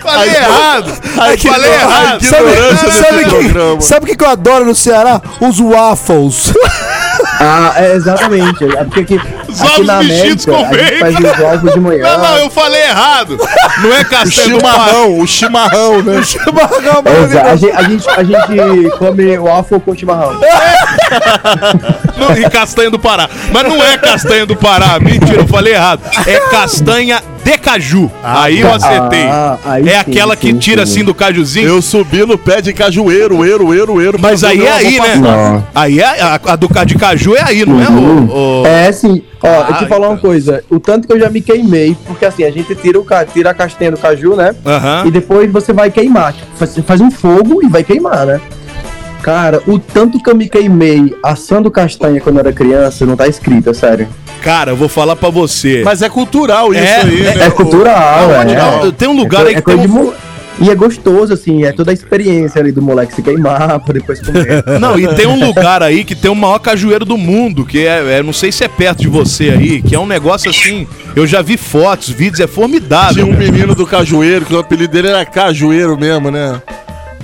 E: Falei errado!
C: Falei errado. Sabe, sabe, que, sabe o que que eu adoro no Ceará? Os waffles.
L: Ah, é, exatamente. É Porque aqui,
E: Os
L: aqui
E: ovos
L: na
E: mexidos
L: América,
E: com
L: a gente faz
E: bacon.
L: os ovos de manhã.
E: Não, não, eu falei errado. Não é castanha do Pará.
D: o chimarrão, né? O
E: é
C: chimarrão,
L: Exa- É, a, gente, a, gente, a gente come waffle com chimarrão.
E: Não, e castanha do Pará. Mas não é castanha do Pará. Mentira, eu falei errado. É castanha de caju. aí eu
D: tá.
E: acertei.
D: Ah, aí
E: é
D: sim,
E: aquela que
D: sim,
E: tira
D: sim.
E: assim do cajuzinho.
D: Eu subi no pé de cajueiro, eiro, eiro, eiro.
E: Mas
D: pelo
E: aí é
D: menos eu
E: aí,
D: vou
E: né?
D: passar.
E: Aí é, a, a do ca- de caju é aí, não é? O, o-
L: É sim. Ó,
E: Ah,
L: eu te falar uma coisa. O tanto que eu já me queimei, porque assim, a gente tira, o, ca- tira a castanha do caju, né?
E: Aham.
L: E depois você vai queimar. Tipo, faz, faz um fogo e vai queimar, né? Cara, o tanto que eu me queimei assando castanha quando eu era criança, não tá escrito, é sério.
E: Cara, eu vou falar pra você.
D: Mas é cultural isso
E: É,
D: aí,
E: é-
D: né?
L: É cultural,
D: É
L: é.
D: cultural.
E: Tem um lugar
L: é,
E: aí
L: é
E: que
L: coisa
E: tem
L: de mo- E é gostoso, assim, é toda a experiência ali do moleque se queimar pra depois comer.
E: Não, e tem um lugar aí que tem o maior cajueiro do mundo, que é, é- não sei se é perto de você aí, que é um negócio assim. Eu já vi fotos, vídeos, é
D: Tinha
E: formidável.
D: um
E: cara.
D: menino do cajueiro, que o apelido dele era cajueiro mesmo, né?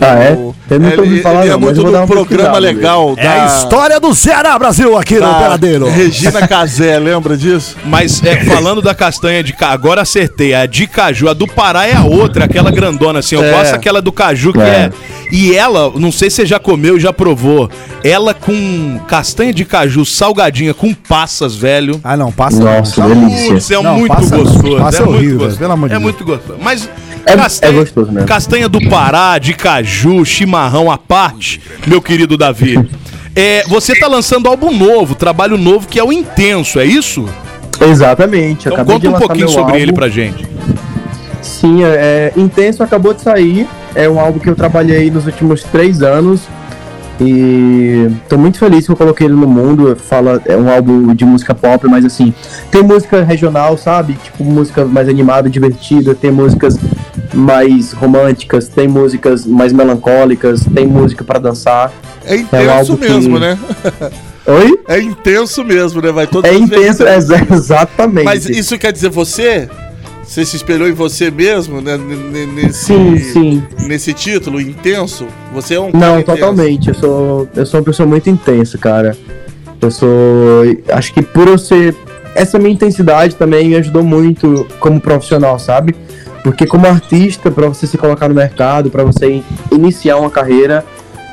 L: Ah, é? Eu nunca ouvi
D: Ele,
L: falar,
D: ele é
L: não, mas
D: muito
L: eu um vou dar
D: do
L: uma
D: programa
L: pesquisada
D: legal.
L: nele. É a
C: História do Ceará, Brasil, aqui no
D: da
C: Peladeiro.
D: Tá. Regina Casé, lembra disso?
E: Mas é, falando da castanha de caju, agora acertei. A de caju, a do Pará é a outra, aquela grandona assim. Eu
D: É.
E: gosto daquela do caju que é.
D: É.
E: E ela, não sei se você já comeu e já provou. Ela com castanha de caju salgadinha com passas, velho.
C: Ah, não, passa
L: Nossa,
C: não.
L: delícia.
E: Putz, é
C: Não,
E: muito
C: passa não.
E: gostoso.
C: Passa
E: é
C: é
E: muito
C: horrível,
E: gostoso.
C: pelo amor de
E: é
C: Deus.
E: muito gostoso. Mas
L: É-
E: castanha,
L: é gostoso mesmo.
E: castanha do Pará, de caju, chimarrão à parte, meu querido Davi. É, você tá lançando álbum novo, trabalho novo que é o Intenso, é isso?
L: Exatamente.
E: Então
L: eu acabei de
E: conta um
L: lançar
E: pouquinho
L: meu
E: sobre ele
L: álbum.
E: pra gente.
L: Sim, é, é, Intenso acabou de sair. É um álbum que eu trabalhei nos últimos três anos. E tô muito feliz que eu coloquei ele no mundo. Fala, é um álbum de música pop, mas assim, tem música regional, sabe? Tipo, música mais animada, divertida, tem músicas mais românticas, tem músicas mais melancólicas, tem música pra dançar.
D: É
L: um
D: intenso
L: álbum que-
D: mesmo, né?
L: Oi?
D: É intenso mesmo, né? Vai todo
L: É
D: mundo
L: intenso,
D: ver.
L: é, exa- exatamente.
D: Mas isso quer dizer você? Você se espelhou em você mesmo, né? N- n- Nesse,
L: Sim, sim.
D: Nesse título, intenso? Você é um cara
L: Não,
D: intenso.
L: totalmente. Eu sou, eu sou uma pessoa muito intensa, cara. Eu sou. Acho que por eu ser. Essa minha intensidade também me ajudou muito como profissional, sabe? Porque como artista, pra você se colocar no mercado, pra você in- iniciar uma carreira,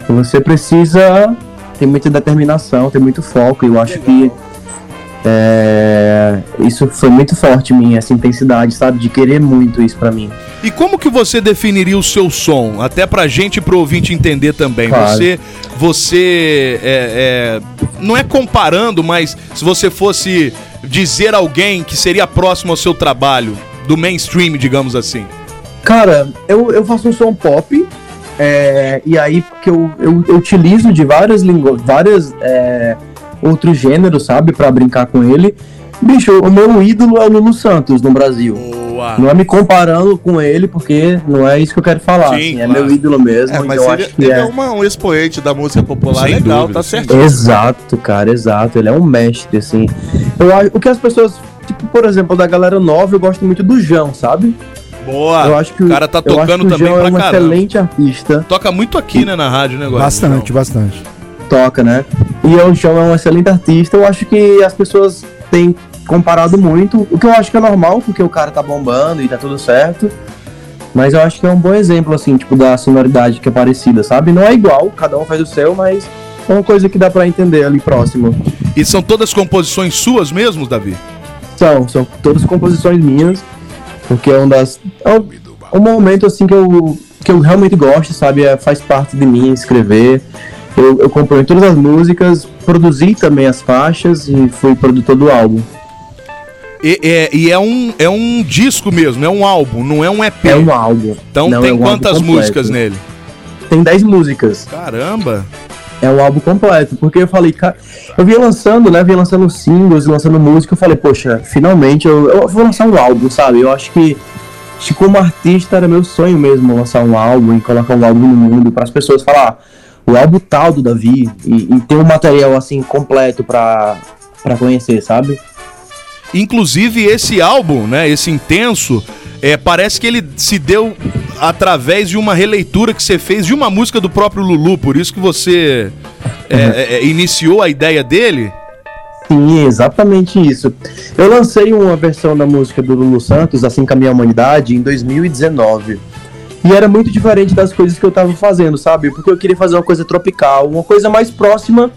L: você precisa ter muita determinação, ter muito foco. E eu acho que é, isso foi muito forte em mim, essa intensidade, sabe? De querer muito isso pra mim.
E: E como que você definiria o seu som? Até pra gente e pro ouvinte entender também.
L: Claro.
E: Você, você é, é, não é comparando, mas se você fosse dizer alguém que seria próximo ao seu trabalho, do mainstream, digamos assim.
L: Cara, eu, eu faço um som pop, é, e aí porque eu, eu, eu utilizo de várias línguas, várias é, outros gêneros, sabe, Pra brincar com ele. Bicho, o meu ídolo é o Lulu Santos no Brasil.
E: Ah.
L: Não é me comparando com ele, porque não é isso que eu quero falar.
D: Sim,
L: assim, É
D: claro.
L: meu ídolo mesmo.
D: É, mas
L: então eu
D: ele,
L: acho que
D: ele é,
L: é.
D: uma- um expoente da música popular
L: Sem
D: legal,
L: dúvida,
D: tá
L: sem
D: certinho.
L: Exato, cara, exato. Ele é um mestre, assim. Eu acho, o que as pessoas, tipo, por exemplo, da galera nova, eu gosto muito do Jão, sabe?
E: Boa.
L: eu acho que
E: o cara tá
L: eu acho
E: tocando
L: que o
E: também
L: Jão
E: pra
L: é um
E: caramba.
L: excelente artista.
E: Toca muito aqui, né, na rádio, né, agora?
C: Bastante, bastante.
L: Toca, né? E o Jão é um excelente artista. Eu acho que as pessoas têm comparado muito, o que eu acho que é normal, porque o cara tá bombando e tá tudo certo. Mas eu acho que é um bom exemplo, assim, tipo, da sonoridade que é parecida, sabe? Não é igual, cada um faz o seu, mas é uma coisa que dá pra entender ali próximo.
E: E são todas composições suas mesmo, Davi?
L: São, são todas composições minhas, porque é um das. É um, é um momento assim que eu, que eu realmente gosto, sabe? É, faz parte de mim escrever. Eu, eu componho todas as músicas, produzi também as faixas e fui produtor do álbum.
E: E é, e é um, é um disco mesmo, é um álbum, não é um EP. É
L: um álbum.
E: Então
L: Não,
E: tem
L: é um álbum
E: quantas
L: completo.
E: músicas nele?
L: Tem 10 músicas.
E: Caramba!
L: É um álbum completo, porque eu falei, cara, eu vinha lançando, né? Vinha lançando singles e lançando música, eu falei, poxa, finalmente eu, eu vou lançar um álbum, sabe? Eu acho que, acho que como artista era meu sonho mesmo lançar um álbum e colocar um álbum no mundo para as pessoas falar "Ah, o álbum tal do Davi e, e ter um material assim completo pra, pra conhecer, sabe?
E: Inclusive, esse álbum, né? Esse intenso, é, parece que ele se deu através de uma releitura que você fez de uma música do próprio Lulu, por isso que você é,
D: Uhum.
E: é, é, iniciou a ideia dele.
L: Sim, exatamente isso. Eu lancei uma versão da música do Lulu Santos, Assim com a Minha Humanidade, em 2019. E era muito diferente das coisas que eu tava fazendo, sabe? Porque eu queria fazer uma coisa tropical, uma coisa mais próxima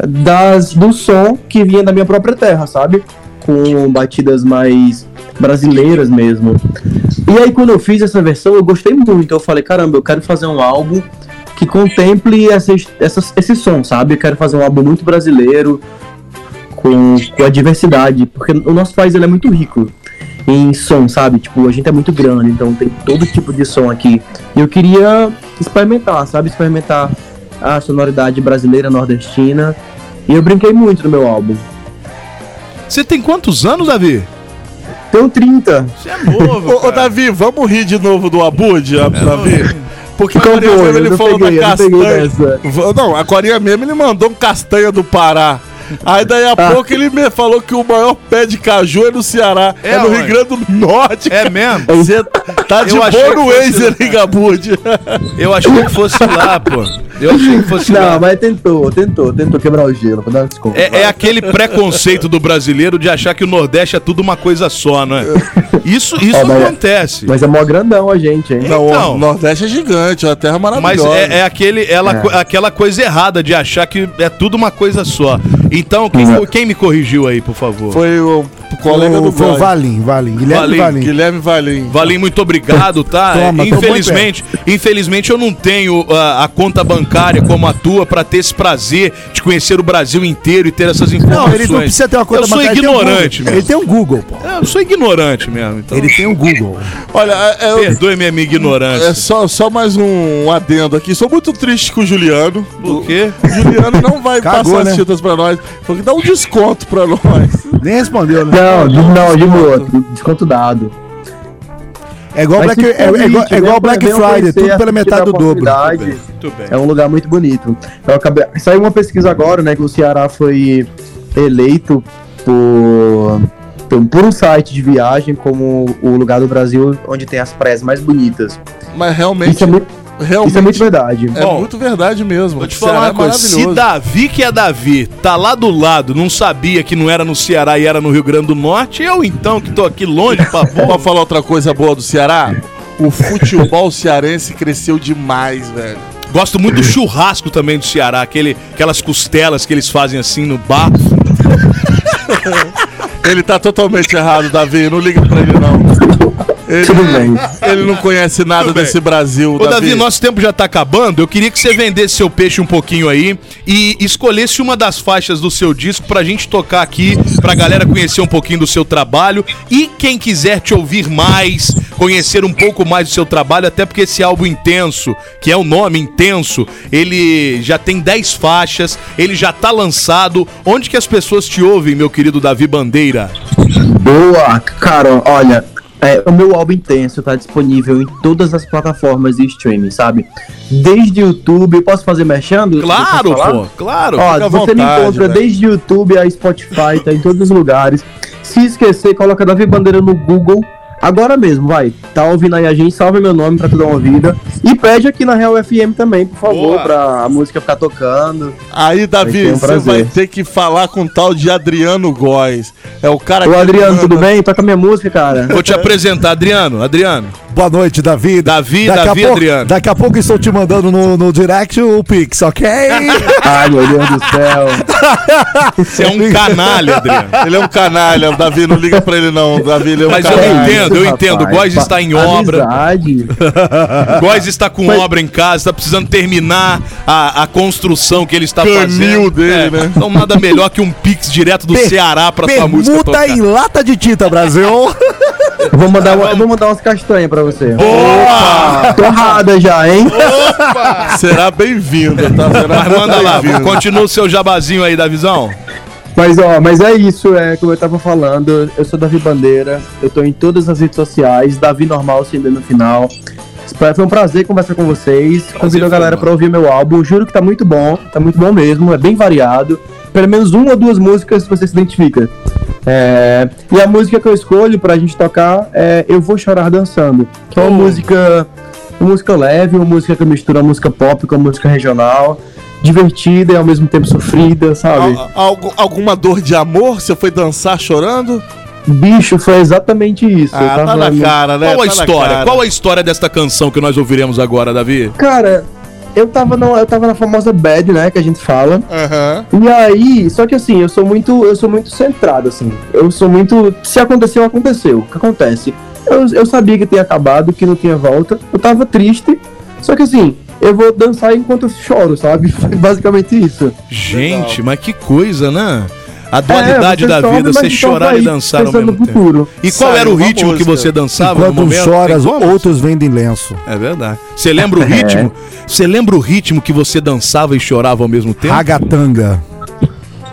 L: das, do som que vinha da minha própria terra, sabe? Com batidas mais brasileiras mesmo. E aí, quando eu fiz essa versão, eu gostei muito. Eu falei, caramba, eu quero fazer um álbum que contemple essa, essa- esse som, sabe? Eu quero fazer um álbum muito brasileiro, com, com a diversidade, porque o nosso país ele é muito rico em som, sabe? Tipo, a gente é muito grande, então tem todo tipo de som aqui. E eu queria experimentar, sabe? Experimentar a sonoridade brasileira, nordestina. E eu brinquei muito no meu álbum.
E: Você tem quantos anos, Davi?
L: Tenho 30.
E: Você é novo. É.
D: ô, ô, Davi, vamos rir de novo do Abud, a- Davi? Porque
L: Então,
D: a Corinha
L: pô,
D: mesmo
L: eu
D: ele
L: não
D: falou
L: peguei,
D: da
L: eu não peguei
D: castanha.
L: dessa.
D: V- Não, a Corinha mesmo ele mandou um castanha do Pará. Aí daí a
L: Ah.
D: pouco ele me falou que o maior pé de caju é no Ceará. É,
E: É,
D: no Rio
E: ué.
D: Grande do Norte.
E: É mesmo?
D: Você tá de
E: Eu achei
D: boa
E: que
D: no
E: fosse-
D: Waze ali, Gabude.
E: Eu achei que fosse lá, pô. Eu achei que fosse
L: Não,
E: lá.
L: mas tentou, tentou, tentou quebrar o gelo, vou dar uma desculpa.
E: É, é aquele preconceito do brasileiro de achar que o Nordeste é tudo uma coisa só, não é? Isso, isso
L: Ó, mas-
E: acontece.
L: Mas é mó grandão a gente, hein?
E: Não, Então. o
D: Nordeste é gigante, a terra
E: Mas
D: maravilhosa.
E: é, é aquele, ela,
D: É.
E: co- aquela coisa errada de achar que é tudo uma coisa só. Então, quem,
D: Exato.
E: co- quem me corrigiu aí, por favor?
D: Uhum. Foi o colega do
E: Foi o
D: Valim.
C: Valim, Valim. Guilherme
E: Valim,
C: Valim.
D: Guilherme Valim.
E: Valim, muito obrigado, tá?
C: Toma, tô
E: infelizmente, infelizmente eu não tenho ah, a conta bancária como a tua pra ter esse prazer de conhecer o Brasil inteiro e ter essas informações.
C: Não, ele não precisa ter uma conta
E: Eu sou
C: bancária, ele tem um
E: ignorante,
C: Google.
E: mesmo.
C: Ele tem um Google, pô.
E: Eu sou ignorante mesmo. Então...
C: Ele tem um Google.
D: Olha, é- é-
E: Perdoe-me a minha ignorância.
D: É só, só mais um adendo aqui. Sou muito triste com o Juliano.
E: Por quê?
D: O Juliano não vai
C: Cagou,
D: passar as
C: né?
D: tintas pra nós. Falou que dá um desconto pra nós.
C: Nem respondeu, né?
L: Não, de- não, de boa, desconto dado.
C: É igual,
L: Mas
C: Black,
L: se né,
C: é, é
L: convite,
C: igual, é igual
L: venham
C: Black
L: conhecer,
C: Friday, tudo
L: assim
C: pela
L: que
C: metade
L: dá
C: do dobro.
L: oportunidade. É um lugar muito bonito. Eu acabei... Saiu uma pesquisa agora, né, que o Ceará foi eleito por, por- por um site de viagem como o lugar do Brasil onde tem as praias mais bonitas.
D: Mas realmente.
L: Isso é muito,
D: realmente
L: isso é muito verdade.
D: É muito verdade mesmo. é
E: Vou te falar uma coisa, se Davi, que é Davi, tá lá do lado, não sabia que não era no Ceará e era no Rio Grande do Norte, eu então que tô aqui longe pra
D: Vamos falar outra coisa boa do Ceará? O futebol cearense cresceu demais, velho.
E: Gosto muito do churrasco também do Ceará, aquele, aquelas costelas que eles fazem assim no bar.
D: Ele tá totalmente errado, Davi. Não liga pra ele, não. Ele,
L: Tudo bem.
D: Ele não conhece nada
E: Tudo bem.
D: desse Brasil,
E: Ô Davi, nosso tempo já tá acabando. Eu queria que você vendesse seu peixe um pouquinho aí e escolhesse uma das faixas do seu disco pra gente tocar aqui, pra galera conhecer um pouquinho do seu trabalho. E quem quiser te ouvir mais, conhecer um pouco mais do seu trabalho, até porque esse álbum intenso, que é o nome intenso, ele já tem 10 faixas, ele já tá lançado. Onde que as pessoas te ouvem, meu querido Davi Bandeira?
L: Boa, cara, olha, é, o meu álbum intenso tá disponível em todas as plataformas e streaming, sabe? Desde YouTube, eu posso fazer mexendo?
E: Claro, pô, claro,
L: Ó,
E: fica à
L: você me
E: vontade,
L: encontra
E: velho.
L: desde YouTube a Spotify, tá em todos os lugares. Se esquecer, coloca Davi Bandeira no Google. Agora mesmo, vai. Tá ouvindo aí a gente, salve meu nome pra tu dar uma ouvida. E pede aqui na Real FM também, por favor,
D: Boa.
L: pra a música ficar tocando.
D: Aí,
L: Vai
D: Davi,
L: ser um
D: você
L: prazer.
D: vai ter que falar com o tal de Adriano Góes. É o cara
L: Ô Adriano,
D: manda-
L: tudo bem? Toca minha música, cara.
E: Vou te apresentar, Adriano. Adriano.
C: Boa noite, Davi.
E: Davi,
C: daqui a
E: Davi,
C: pouco,
E: Adriano.
C: Daqui a pouco estou te mandando no, no direct o Pix, ok?
L: Ai, meu Deus do céu.
E: Você é um canalha, Adriano.
D: Ele é um canalha, Davi, não liga pra ele não, Davi, ele é um
E: Mas eu
D: canalha.
E: entendo, eu entendo. O Góes está em obra.
L: Amizade.
E: Góes está com obra em casa, está precisando terminar a, a construção que ele está
D: Canil
E: fazendo.
D: dele,
E: É,
D: né?
E: Então nada melhor que um pix direto do
C: Per-
E: Ceará pra sua música
C: Permuta
E: tocar.
C: em lata de tinta, Brasil.
L: Eu vou mandar, uma- eu vou mandar umas castanhas pra você.
E: Opa!
L: Torrada já, hein?
D: Será bem-vindo, tá? Será
E: Mas manda lá,
D: bem-vindo.
E: continua o seu jabazinho aí da visão.
L: Mas ó, mas é isso, é como eu tava falando. Eu sou Davi Bandeira, eu tô em todas as redes sociais, Davi Normal sem D no final. Espero- Foi um prazer conversar com vocês. Convido a galera pra ouvir meu álbum. Juro que tá muito bom, tá muito bom mesmo, é bem variado. Pelo menos uma ou duas músicas você se identifica. É, E a música que eu escolho pra gente tocar é Eu Vou Chorar Dançando. Que é uma música. Uma música leve, uma música que mistura a música pop com a música regional. Divertida e ao mesmo tempo sofrida, sabe?
D: Al- algu- alguma dor de amor? Você foi dançar chorando?
L: Bicho, foi exatamente isso. Eu
D: Ah, tá na
L: no-
D: cara, né?
E: Qual a
D: Tá na
E: história?
D: cara.
E: Qual a história desta canção que nós ouviremos agora, Davi?
L: Cara, eu tava, no, eu tava na famosa bad, né? Que a gente fala.
D: Aham.
L: E aí, só que assim, eu sou muito, eu sou muito centrado, assim. Eu sou muito. Se aconteceu, aconteceu. O que acontece? Eu, eu sabia que tinha acabado, que não tinha volta. Eu tava triste. Só que assim, eu vou dançar enquanto eu choro, sabe? Foi basicamente isso.
E: Gente, mas que coisa, né? A
L: É,
E: dualidade
L: você
E: da
L: sobe,
E: vida,
L: mas
E: você
L: então
C: tá
E: chorar
L: vai
E: e dançar ao
L: pensando
E: mesmo
L: no
E: tempo.
L: futuro.
E: E qual
D: Saiu
E: era o
D: uma
E: ritmo que
D: música.
E: você dançava no
C: Enquanto um
E: momento?
C: chora,
E: Tem como?
C: outros vendem lenço.
E: É verdade. Você
L: É.
E: lembra o ritmo? Você lembra o ritmo que você dançava e chorava ao mesmo tempo?
C: Ragatanga.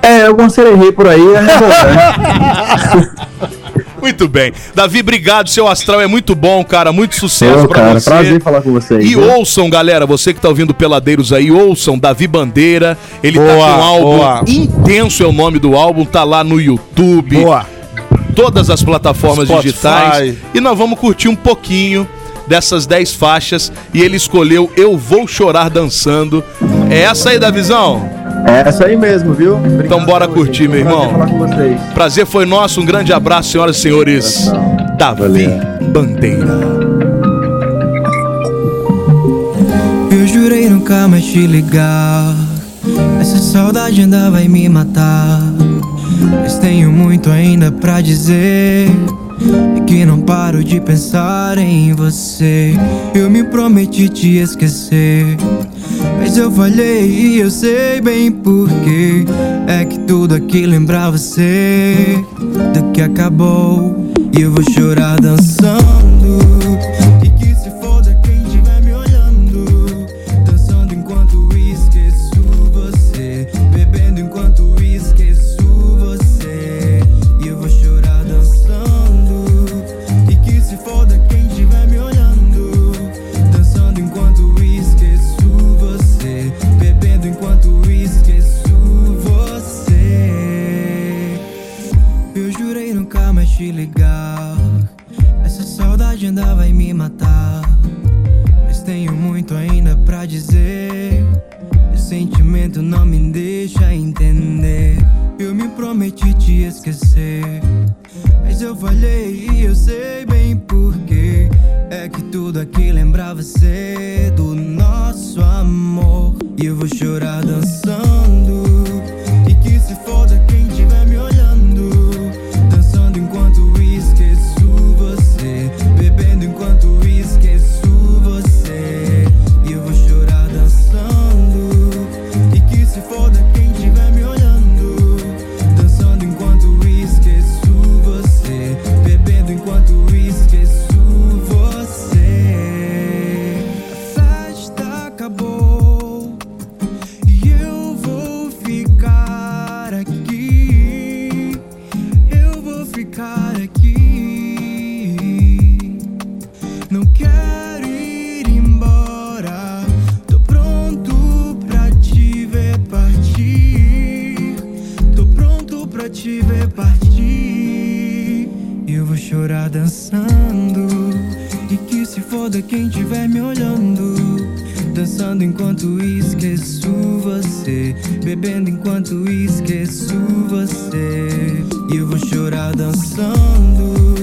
L: É, eu conselhei por aí, é né?
E: Muito bem. Davi, obrigado. Seu astral é muito bom, cara. Muito sucesso
L: Pô,
E: pra
L: cara,
E: você.
L: prazer falar com vocês. né?
E: E
L: viu?
E: ouçam, galera, você que tá ouvindo Peladeiros aí, ouçam Davi Bandeira. Ele tá
D: Boa,
E: com um álbum
D: boa.
E: intenso, é o nome do álbum, tá lá no YouTube,
C: Boa.
E: todas as plataformas
D: Spotify.
E: digitais. E nós vamos curtir um pouquinho dessas 10 faixas e ele escolheu Eu Vou Chorar Dançando. É essa aí, Davizão?
L: É isso aí mesmo, viu? Obrigado,
E: Então bora
L: gente.
E: curtir, meu
L: Prazer
E: irmão.
L: falar com vocês.
E: Prazer foi nosso, um grande abraço, senhoras e senhores. Davi Bandeira.
M: Eu jurei nunca mais te ligar. Essa saudade ainda vai me matar. Mas tenho muito ainda pra dizer. É que não paro de pensar em você. Eu me prometi te esquecer. Mas eu falhei e eu sei bem porquê. É que tudo aqui lembra você do que acabou. E eu vou chorar dançando. E que se foda quem tiver me olhando. Dançando enquanto esqueço você. Bebendo enquanto esqueço você. E eu vou chorar dançando. E que se foda quem tiver me olhando. Dançando enquanto esqueço você. Bebendo enquanto esqueço você. Eu jurei nunca mais te ligar. Essa saudade ainda vai me matar. Mas tenho muito ainda pra dizer. O sentimento não me deixa entender. Eu me prometi te esquecer. Mas eu falhei e eu sei bem porquê. É que tudo aqui lembra você do nosso amor. E eu vou chorar dançando. E que se foda quem tiver me olhando. Dançando enquanto esqueço você. Bebendo enquanto esqueço você. E eu vou chorar dançando. E que se foda quem tiver me olhando. Dançando enquanto esqueço você. Bebendo enquanto esqueço você. dançando E que se foda quem tiver me olhando Dançando enquanto esqueço você Bebendo enquanto esqueço você E eu vou chorar dançando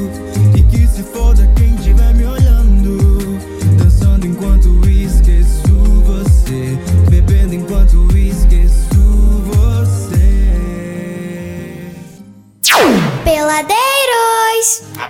M: E que se foda quem tiver me olhando Dançando enquanto esqueço você Bebendo enquanto esqueço você
B: Peladeiros.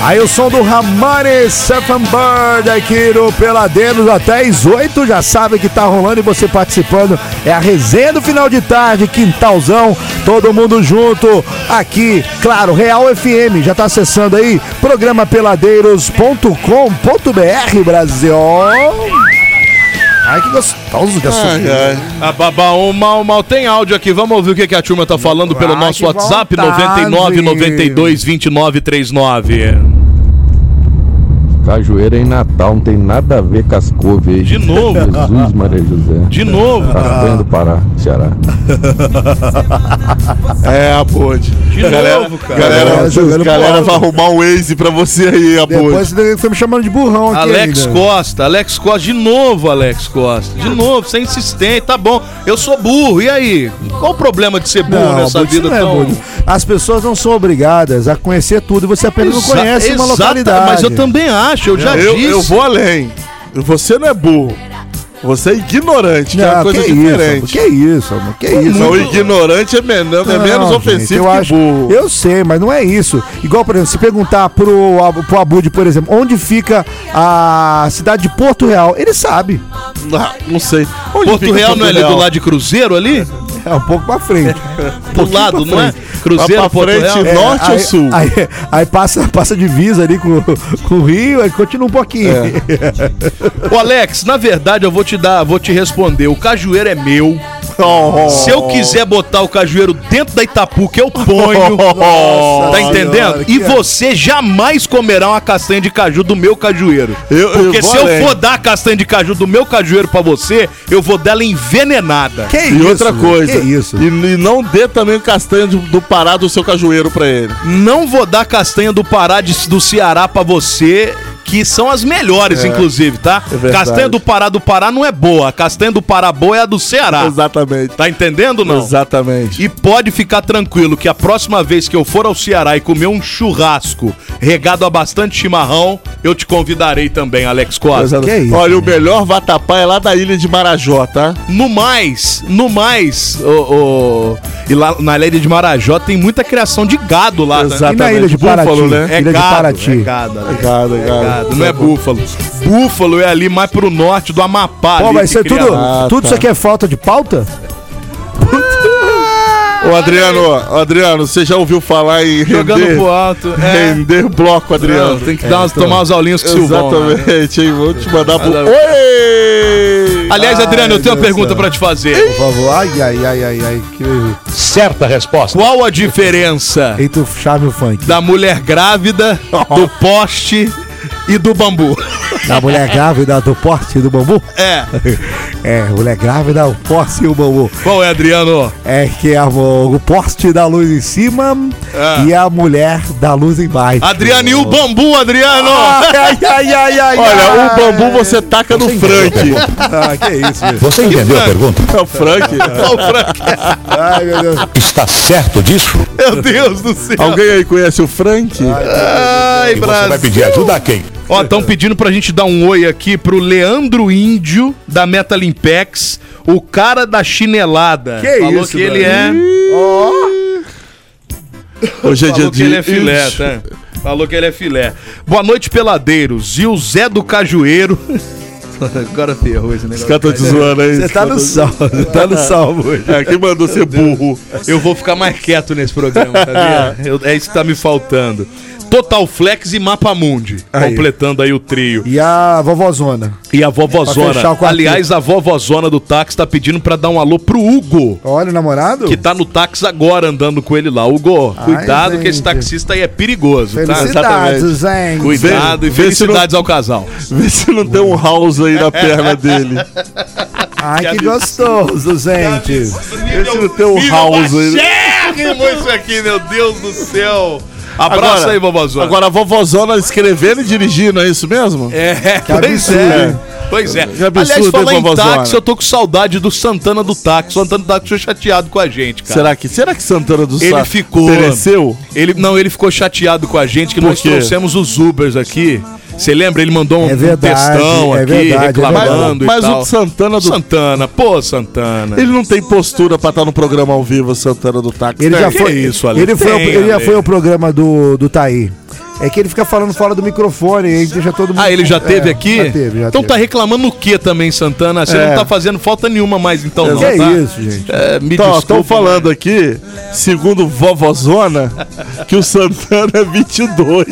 C: Aí o som do Ramani Surfing Bird aqui no Peladeiros até às 8, já sabe que tá rolando e você participando. É a resenha do final de tarde, quintalzão, todo mundo junto aqui, claro, Real FM, já tá acessando aí, programa peladeiros.com.br Brasil. Ai que gostoso que assunto.
E: A baba, Ah, o mal, mal tem áudio aqui. Vamos ouvir o que, que a turma tá falando pelo nosso
C: que
E: WhatsApp:
C: vontade.
E: 99 92 29 39.
N: Cajueira em Natal, não tem nada a ver com as couves aí. De
E: novo?
N: Jesus Maria José.
E: De novo?
N: Castanha do Pará, Ceará.
D: É, Abode.
N: De
D: galera,
N: novo, cara.
D: Galera,
N: Galera Tá jogando
D: galera
N: bola.
D: vai arrumar um Waze pra você aí,
C: Depois
D: Abode.
C: você foi me chamando de burrão aqui
E: Alex
C: ainda.
E: Costa, Alex Costa, de novo, Alex Costa,
C: Ah.
E: de novo, você é insistente, tá bom, eu sou burro, e aí? Qual o problema de ser burro
C: Não,
E: nessa
C: Bud, isso
E: vida
C: não é,
E: tão...
C: Bud. As pessoas não são obrigadas a conhecer tudo e você apenas
E: Exa-
C: não conhece uma
E: exata-
C: localidade.
E: mas eu também acho, eu já
D: eu,
E: disse.
D: Eu vou além. Você não é burro. Você é ignorante, que é uma
C: Não,
D: coisa
C: que
D: diferente.
C: Isso, que isso, amor, que isso.
D: Não, o ignorante é, men- é menos
C: Não, gente,
D: ofensivo
C: eu
D: que
C: acho,
D: burro.
C: Eu sei, mas não é isso. Igual, por exemplo, se perguntar pro, Ab- pro Abud, por exemplo, onde fica a cidade de Porto Real, ele sabe.
D: Ah, não sei.
E: Porto Real não é ali do lado de Cruzeiro ali?
C: É um pouco pra frente.
E: Do
C: pouquinho pra
E: lado, não é?
C: frente.
E: Cruzeiro,
D: Lá pra
E: Porto
D: frente,
E: Real?
C: É,
D: norte
C: aí,
D: ou sul?
C: Aí, aí passa, passa a divisa ali com, com o Rio, aí continua um pouquinho.
E: É. Ô Alex, na verdade eu vou te dar, vou te responder. O cajueiro é meu.
D: Oh.
E: Se eu quiser botar o cajueiro dentro da Itapu, que eu ponho.
D: Nossa
E: tá entendendo?
D: senhora, que
E: e você jamais comerá uma castanha de caju do meu cajueiro.
D: Eu- eu
E: Porque
D: vou
E: se
D: além.
E: eu for dar a castanha de caju do meu cajueiro pra você, eu vou dela envenenada.
D: e outra coisa, E, e não dê também castanha do, do Pará do seu cajueiro pra ele.
E: Não vou dar castanha do Pará de- do Ceará pra você, que são as melhores,
D: É.
E: inclusive, tá?
D: É verdade.
E: castanha do Pará do Pará não é boa. A castanha do Pará boa é a do Ceará.
D: Exatamente.
E: Tá entendendo não?
D: Exatamente.
E: E pode ficar tranquilo que a próxima vez que eu for ao Ceará e comer um churrasco regado a bastante chimarrão, eu te convidarei também, Alex Costa.
D: Exato. Olha, o melhor vatapá é lá da ilha de Marajó, tá?
E: No mais, no mais, o, o- e lá na Ilha de Marajó tem muita criação de gado lá. né?
D: Exatamente. E na Ilha de Paraty?
E: É
D: Ilha de
E: gado,
D: Paraty.
E: É gado, Alex.
D: É gado, é gado.
E: Não é búfalo. Búfalo é ali mais pro norte do Amapá.
C: Pô,
E: ali
C: mas isso
E: que
C: é
E: cria
C: tudo,
E: gado.
C: tudo isso aqui é falta de pauta?
D: Ô Adriano, ó, Adriano, você já ouviu falar em
E: Jogando
D: render,
E: pro alto, é.
D: render bloco, Adriano?
E: Não, tem que dar umas-
D: Então.
E: tomar umas aulinhas com o Silvão, né?
D: Exatamente, hein? Vou te mandar pro...
E: Vai lá.
D: Oi!
E: Aliás,
D: Ai,
E: Adriano, eu tenho uma
D: Deus
E: pergunta
D: céu.
E: pra te fazer.
C: Por favor. Ai, ai, ai, ai, ai. Que...
E: Certa resposta. Qual a diferença
C: Eita, o chave e o funk.
E: da mulher grávida, do poste e do bambu?
C: Da mulher grávida do porte e do bambu?
E: É.
C: É, mulher grávida, o poste e o bambu.
E: Qual é, Adriano?
C: É que a, o o poste dá luz em cima
E: É.
C: e a mulher dá luz embaixo.
E: Adriano e o bambu, Adriano!
C: Ai, ai, ai, ai,
D: Olha, o
C: ai.
D: bambu você taca no Frank.
C: Ah, que isso, gente.
A: Você entendeu a pergunta?
D: É o Frank?
E: Ó, o Frank.
C: Ai, meu Deus.
A: Está certo disso?
E: Meu Deus do céu.
D: Alguém aí conhece o Frank?
E: Ai,
A: E você vai
E: Brasil.
A: pedir ajuda a quem?
E: Ó, estão pedindo pra gente dar um oi aqui pro Leandro Índio, da Metal Impex, o cara da chinelada.
C: Que
E: Falou
C: isso,
E: que ele é.
D: Hoje é dia
E: Falou que
D: de...
E: ele é filé,
D: Ixi.
E: tá? Falou que ele é filé. Boa noite, peladeiros. E o Zé do Cajueiro. Agora ferrou esse
D: Os caras tão te zoando aí.
C: Você tá no salvo, você tá no salvo hoje.
D: É, quem mandou ser burro?
E: Eu vou ficar mais quieto nesse programa, tá vendo? Eu- é isso que tá me faltando. Total Flex e Mapa Mundi.
C: Aí.
E: Completando aí o trio.
C: E a vovozona.
E: E a
C: Pra fechar o
E: vovozona.
C: quarteto.
E: Aliás, a vovozona do táxi tá pedindo pra dar um alô pro Hugo.
C: Olha o namorado.
E: Que tá no táxi agora andando com ele lá. Hugo,
C: Ai,
E: cuidado que
C: gente.
E: esse taxista aí é perigoso. tá?
C: Felicidades,
E: Exatamente.
C: gente.
E: Cuidado e
D: Vê- vê se não-
E: felicidades ao casal.
D: Vê se não tem um house aí na perna dele.
C: Ai, que gostoso, gente.
D: Esse não tem um house aí.
E: Chérrimo isso aqui, meu Deus do céu. Abraço
D: Agora-
E: aí, vovozona.
D: Agora, a vovozona escrevendo e dirigindo, é isso mesmo?
E: É,
D: Que
E: pois
D: absurdo,
E: é.
D: hein?
E: Pois é.
D: Que absurdo,
E: Aliás,
D: hein,
E: falar em
D: vovózona?
E: táxi, eu tô com saudade do Santana do táxi. O Santana do táxi foi chateado com a gente, cara.
D: Será que, será que Santana do
E: Ele
D: Sá
E: ficou.
D: pereceu?
E: Ele, não, ele ficou chateado com a gente, que
D: Por
E: nós
D: quê?
E: trouxemos os Ubers aqui. Você lembra? Ele mandou um,
D: É verdade,
E: um textão
D: é
E: aqui,
D: verdade, é
E: reclamando.
D: verdade. Mas- mas
E: e
D: o
E: tal.
D: Santana do-
E: Santana, pô, Santana.
D: Ele não tem postura pra estar no programa ao vivo, Santana do Táxi.
C: Ele já
D: Que
C: foi.
D: isso, Ale?
C: ele foi, ao-
D: Tem,
C: ele já
D: Ale.
C: foi ao programa do, do Taí. É que ele fica falando fora do microfone, aí deixa todo mundo.
E: Ah, ele já teve
C: É,
E: aqui?
C: Já teve, já
E: então
C: teve.
E: tá reclamando o que também, Santana? Você
D: É.
E: não tá fazendo falta nenhuma mais, então, não,
D: Que
E: tá?
D: isso,
C: É gente.
E: É, me
D: Estão
E: desculpa.
D: falando aqui, segundo Vovozona, que o Santana é 22.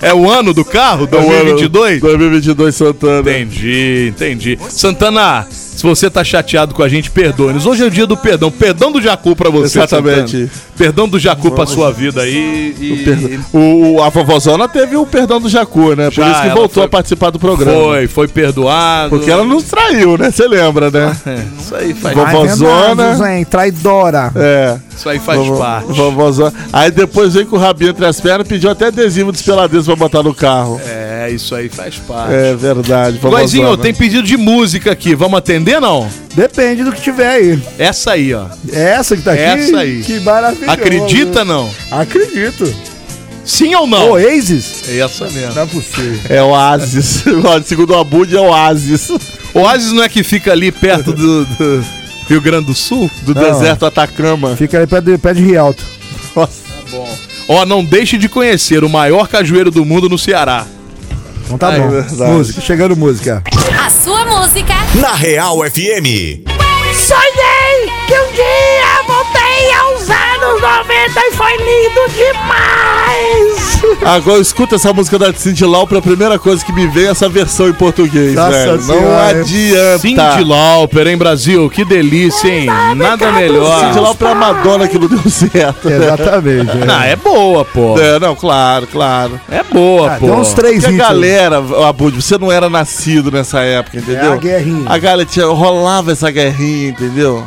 E: É o ano do carro? 2022?
D: 2022 Santana.
E: Entendi, entendi. Santana, se você tá chateado com a gente, perdoe-nos. Hoje é o dia do perdão. Perdão do Jacu pra você,
D: Exatamente.
E: Santana. Perdão do Jacu pra sua vida aí. E...
D: O perdão- O, o- a vovozona teve o perdão do Jacu, né? Por
E: Já,
D: isso que
E: ela
D: voltou
E: foi-
D: a participar do programa.
E: Foi, foi perdoado. É,
D: Porque ela nos traiu, né? Você lembra, né?
E: Isso aí faz
C: Ai,
D: Vovozona.
C: venenosos, hein? Traidora.
D: É.
E: Isso aí faz
D: Vovó-
E: parte.
D: Vovozona. Aí depois veio com o rabinho entre as pernas e pediu até adesivo dos peladeiros pra botar no carro.
E: É, isso aí faz parte.
D: É, verdade. né? vovozona.
E: Goizinho,
C: né?
E: tem pedido de música aqui. Vamos atender, não?
C: Depende do que tiver aí.
E: Essa aí, ó.
C: É essa que tá aqui?
E: Essa aí.
C: Que maravilhoso.
E: Acredita, não?
C: Acredito.
E: Sim ou não?
C: Oasis?
E: É essa mesmo.
C: Não é possível.
D: É Oasis. Segundo o Abud, é Oasis.
E: Oasis não é que fica ali perto do, do Rio Grande do Sul?
D: Do
C: Não.
D: deserto Atacama.
C: Fica ali perto de, perto de Rialto.
D: Nossa.
E: Tá Ó, não deixe de conhecer o maior cajueiro do mundo no Ceará.
C: Então tá
A: É
E: Ai,
D: é
C: bom.
E: verdade.
C: Música, chegando música.
B: A sua música.
A: Na Real
E: é.
A: FM.
F: Sonhei que um dia voltei aos anos 90 e foi lindo demais!
D: Agora escuta essa música da Cindy Lauper, a primeira coisa que me vem é essa versão em português,
E: Nossa
D: velho. Não
E: Senhora. é
D: adianta.
E: Tá Cindy Lauper, hein, Brasil? Que delícia, hein? Nada melhor.
D: Cindy Lauper é a Madonna que não deu certo. né?
E: É. Não, é boa, pô.
D: É, não, claro, claro.
E: É boa, pô.
D: Tem a galera, Abud, você não era nascido nessa época, entendeu?
C: a guerrinha.
D: A galera tinha- rolava essa guerrinha, entendeu?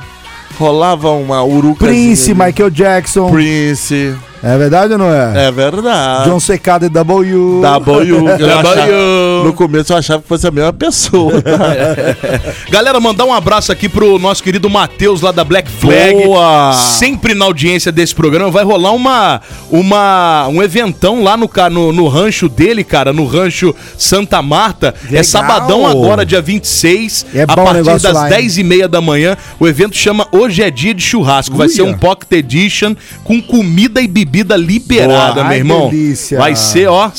D: Rolava uma uruca.
C: Prince, Michael Jackson.
D: Prince.
C: É verdade ou não é?
D: É verdade.
C: John Secada e W.
D: W. Eu
E: W.
D: achava- No começo eu achava que fosse a mesma pessoa.
E: Galera, mandar um abraço aqui pro nosso querido Matheus lá da Black Flag.
D: Boa!
E: Sempre na audiência desse programa. Vai rolar uma, uma, um eventão lá no, ca- no, no rancho dele, cara, no rancho Santa Marta. É
C: Legal!
E: sabadão agora, dia 26,
C: É
E: a
C: bom o
E: partir
C: negócio
E: das
C: lá, hein?
E: 10 e meia da manhã. O evento chama Hoje é Dia de Churrasco. Vai
C: Uia!
E: ser um Pocket Edition com comida e bebida liberada,
C: Boa!
E: meu
C: Ai,
E: irmão.
C: delícia!
E: Vai ser, ó,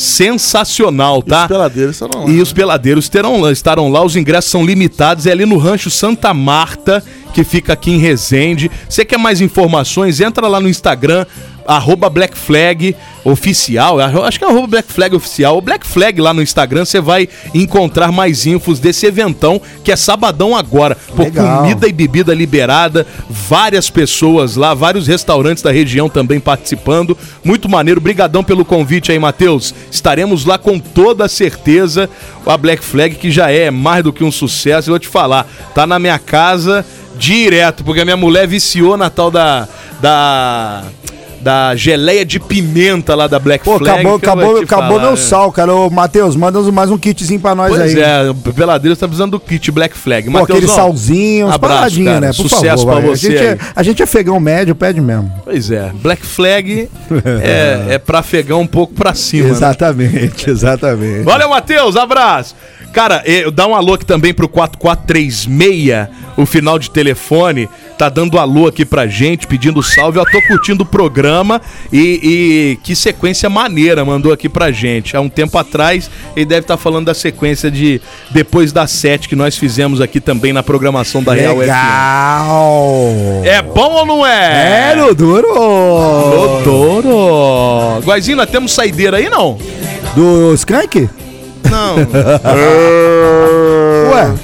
E: sensacional, tá?
D: Os peladeiros só não.
C: né?
E: E os peladeiros terão lá- estarão lá, os ingressos são limitados, é ali no Rancho Santa Marta, que fica aqui em Resende. Você quer mais informações? Entra lá no Instagram, arroba Black Flag Oficial, arro- acho que é arroba Black Flag Oficial, ou Black Flag lá no Instagram, você vai encontrar mais infos desse eventão, que é sabadão agora. Pô,
C: Legal.
E: comida e bebida liberada, várias pessoas lá, vários restaurantes da região também participando. Muito maneiro, brigadão pelo convite aí, Matheus. Estaremos lá com toda a certeza. A Black Flag que já é mais do que um sucesso, eu vou te falar, tá na minha casa direto, porque a minha mulher viciou na tal da da da geleia de pimenta lá da Black
C: Pô,
E: Flag.
C: acabou,
E: que eu vou
C: acabou,
E: te
C: acabou
E: falar,
C: meu
E: né?
C: sal, cara. Ô, Matheus, manda uns- mais um kitzinho pra nós
E: Pois
C: aí.
E: é, o Peladeiros tá precisando do kit Black Flag.
C: Pô, aquele
E: Matheusão,
C: salzinho, umas
E: abraço,
C: paradinhas,
E: cara.
C: né? Por
E: Sucesso
C: favor,
E: pra
C: vai.
E: você
C: A gente,
E: aí.
C: é, a gente é fegão médio, pede mesmo.
E: Pois é, Black Flag é, é pra fegar um pouco pra cima. né?
C: exatamente, exatamente.
E: Valeu, Matheus, abraço. Cara, eh, dá um alô aqui também pro 4436, o final de telefone. tá dando alô aqui pra gente, pedindo salve. Eu tô curtindo o programa e, e que sequência maneira mandou aqui pra gente. Há um tempo atrás, ele deve estar falando da sequência de Depois das Sete que nós fizemos aqui também na programação da Real é assim, FM.
C: Legal!
E: É bom ou não é?
C: É, no duro!
E: No duro! Guazinho, nós temos saideira aí, não?
C: Do Skank?
E: Não.
C: Ué,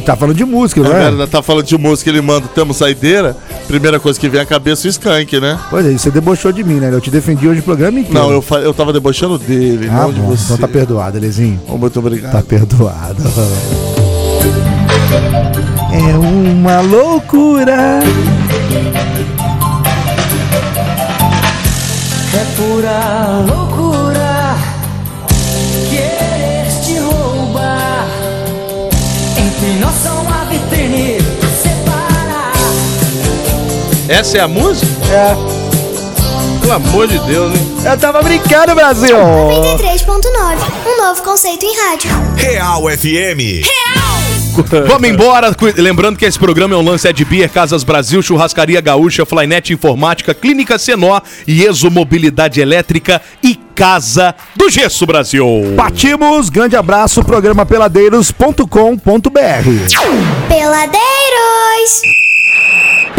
C: tá falando de música, não
D: É,
C: é?
D: verdade, tá falando de música, ele manda Tamo Saideira. Primeira coisa que vem à cabeça, o Skank, né?
C: Pois é, você debochou de mim, né? Eu te defendi hoje o programa inteiro.
D: Não, eu, fa- eu tava debochando dele,
C: Ah,
D: não de
C: bom,
D: você.
C: então tá perdoado, Elezinho.
D: Muito obrigado.
C: Tá perdoado. É uma loucura.
O: É pura loucura querer te roubar. Entre nós só uma vitrine separa.
E: Essa é a música?
C: É.
E: Pelo amor de Deus, né?
C: Eu tava brincando,
B: 93.9,
C: Brasil!
B: um novo conceito em rádio.
A: Real FM.
E: Vamos embora, cu- lembrando que esse programa é um lance é de Beer, Casas Brasil, Churrascaria Gaúcha, Flynet Informática, Clínica Senó, Ieso Mobilidade Elétrica e Casa do Gesso Brasil.
C: Partimos, grande abraço, programa peladeiros.com.br.
B: Peladeiros!
D: tá.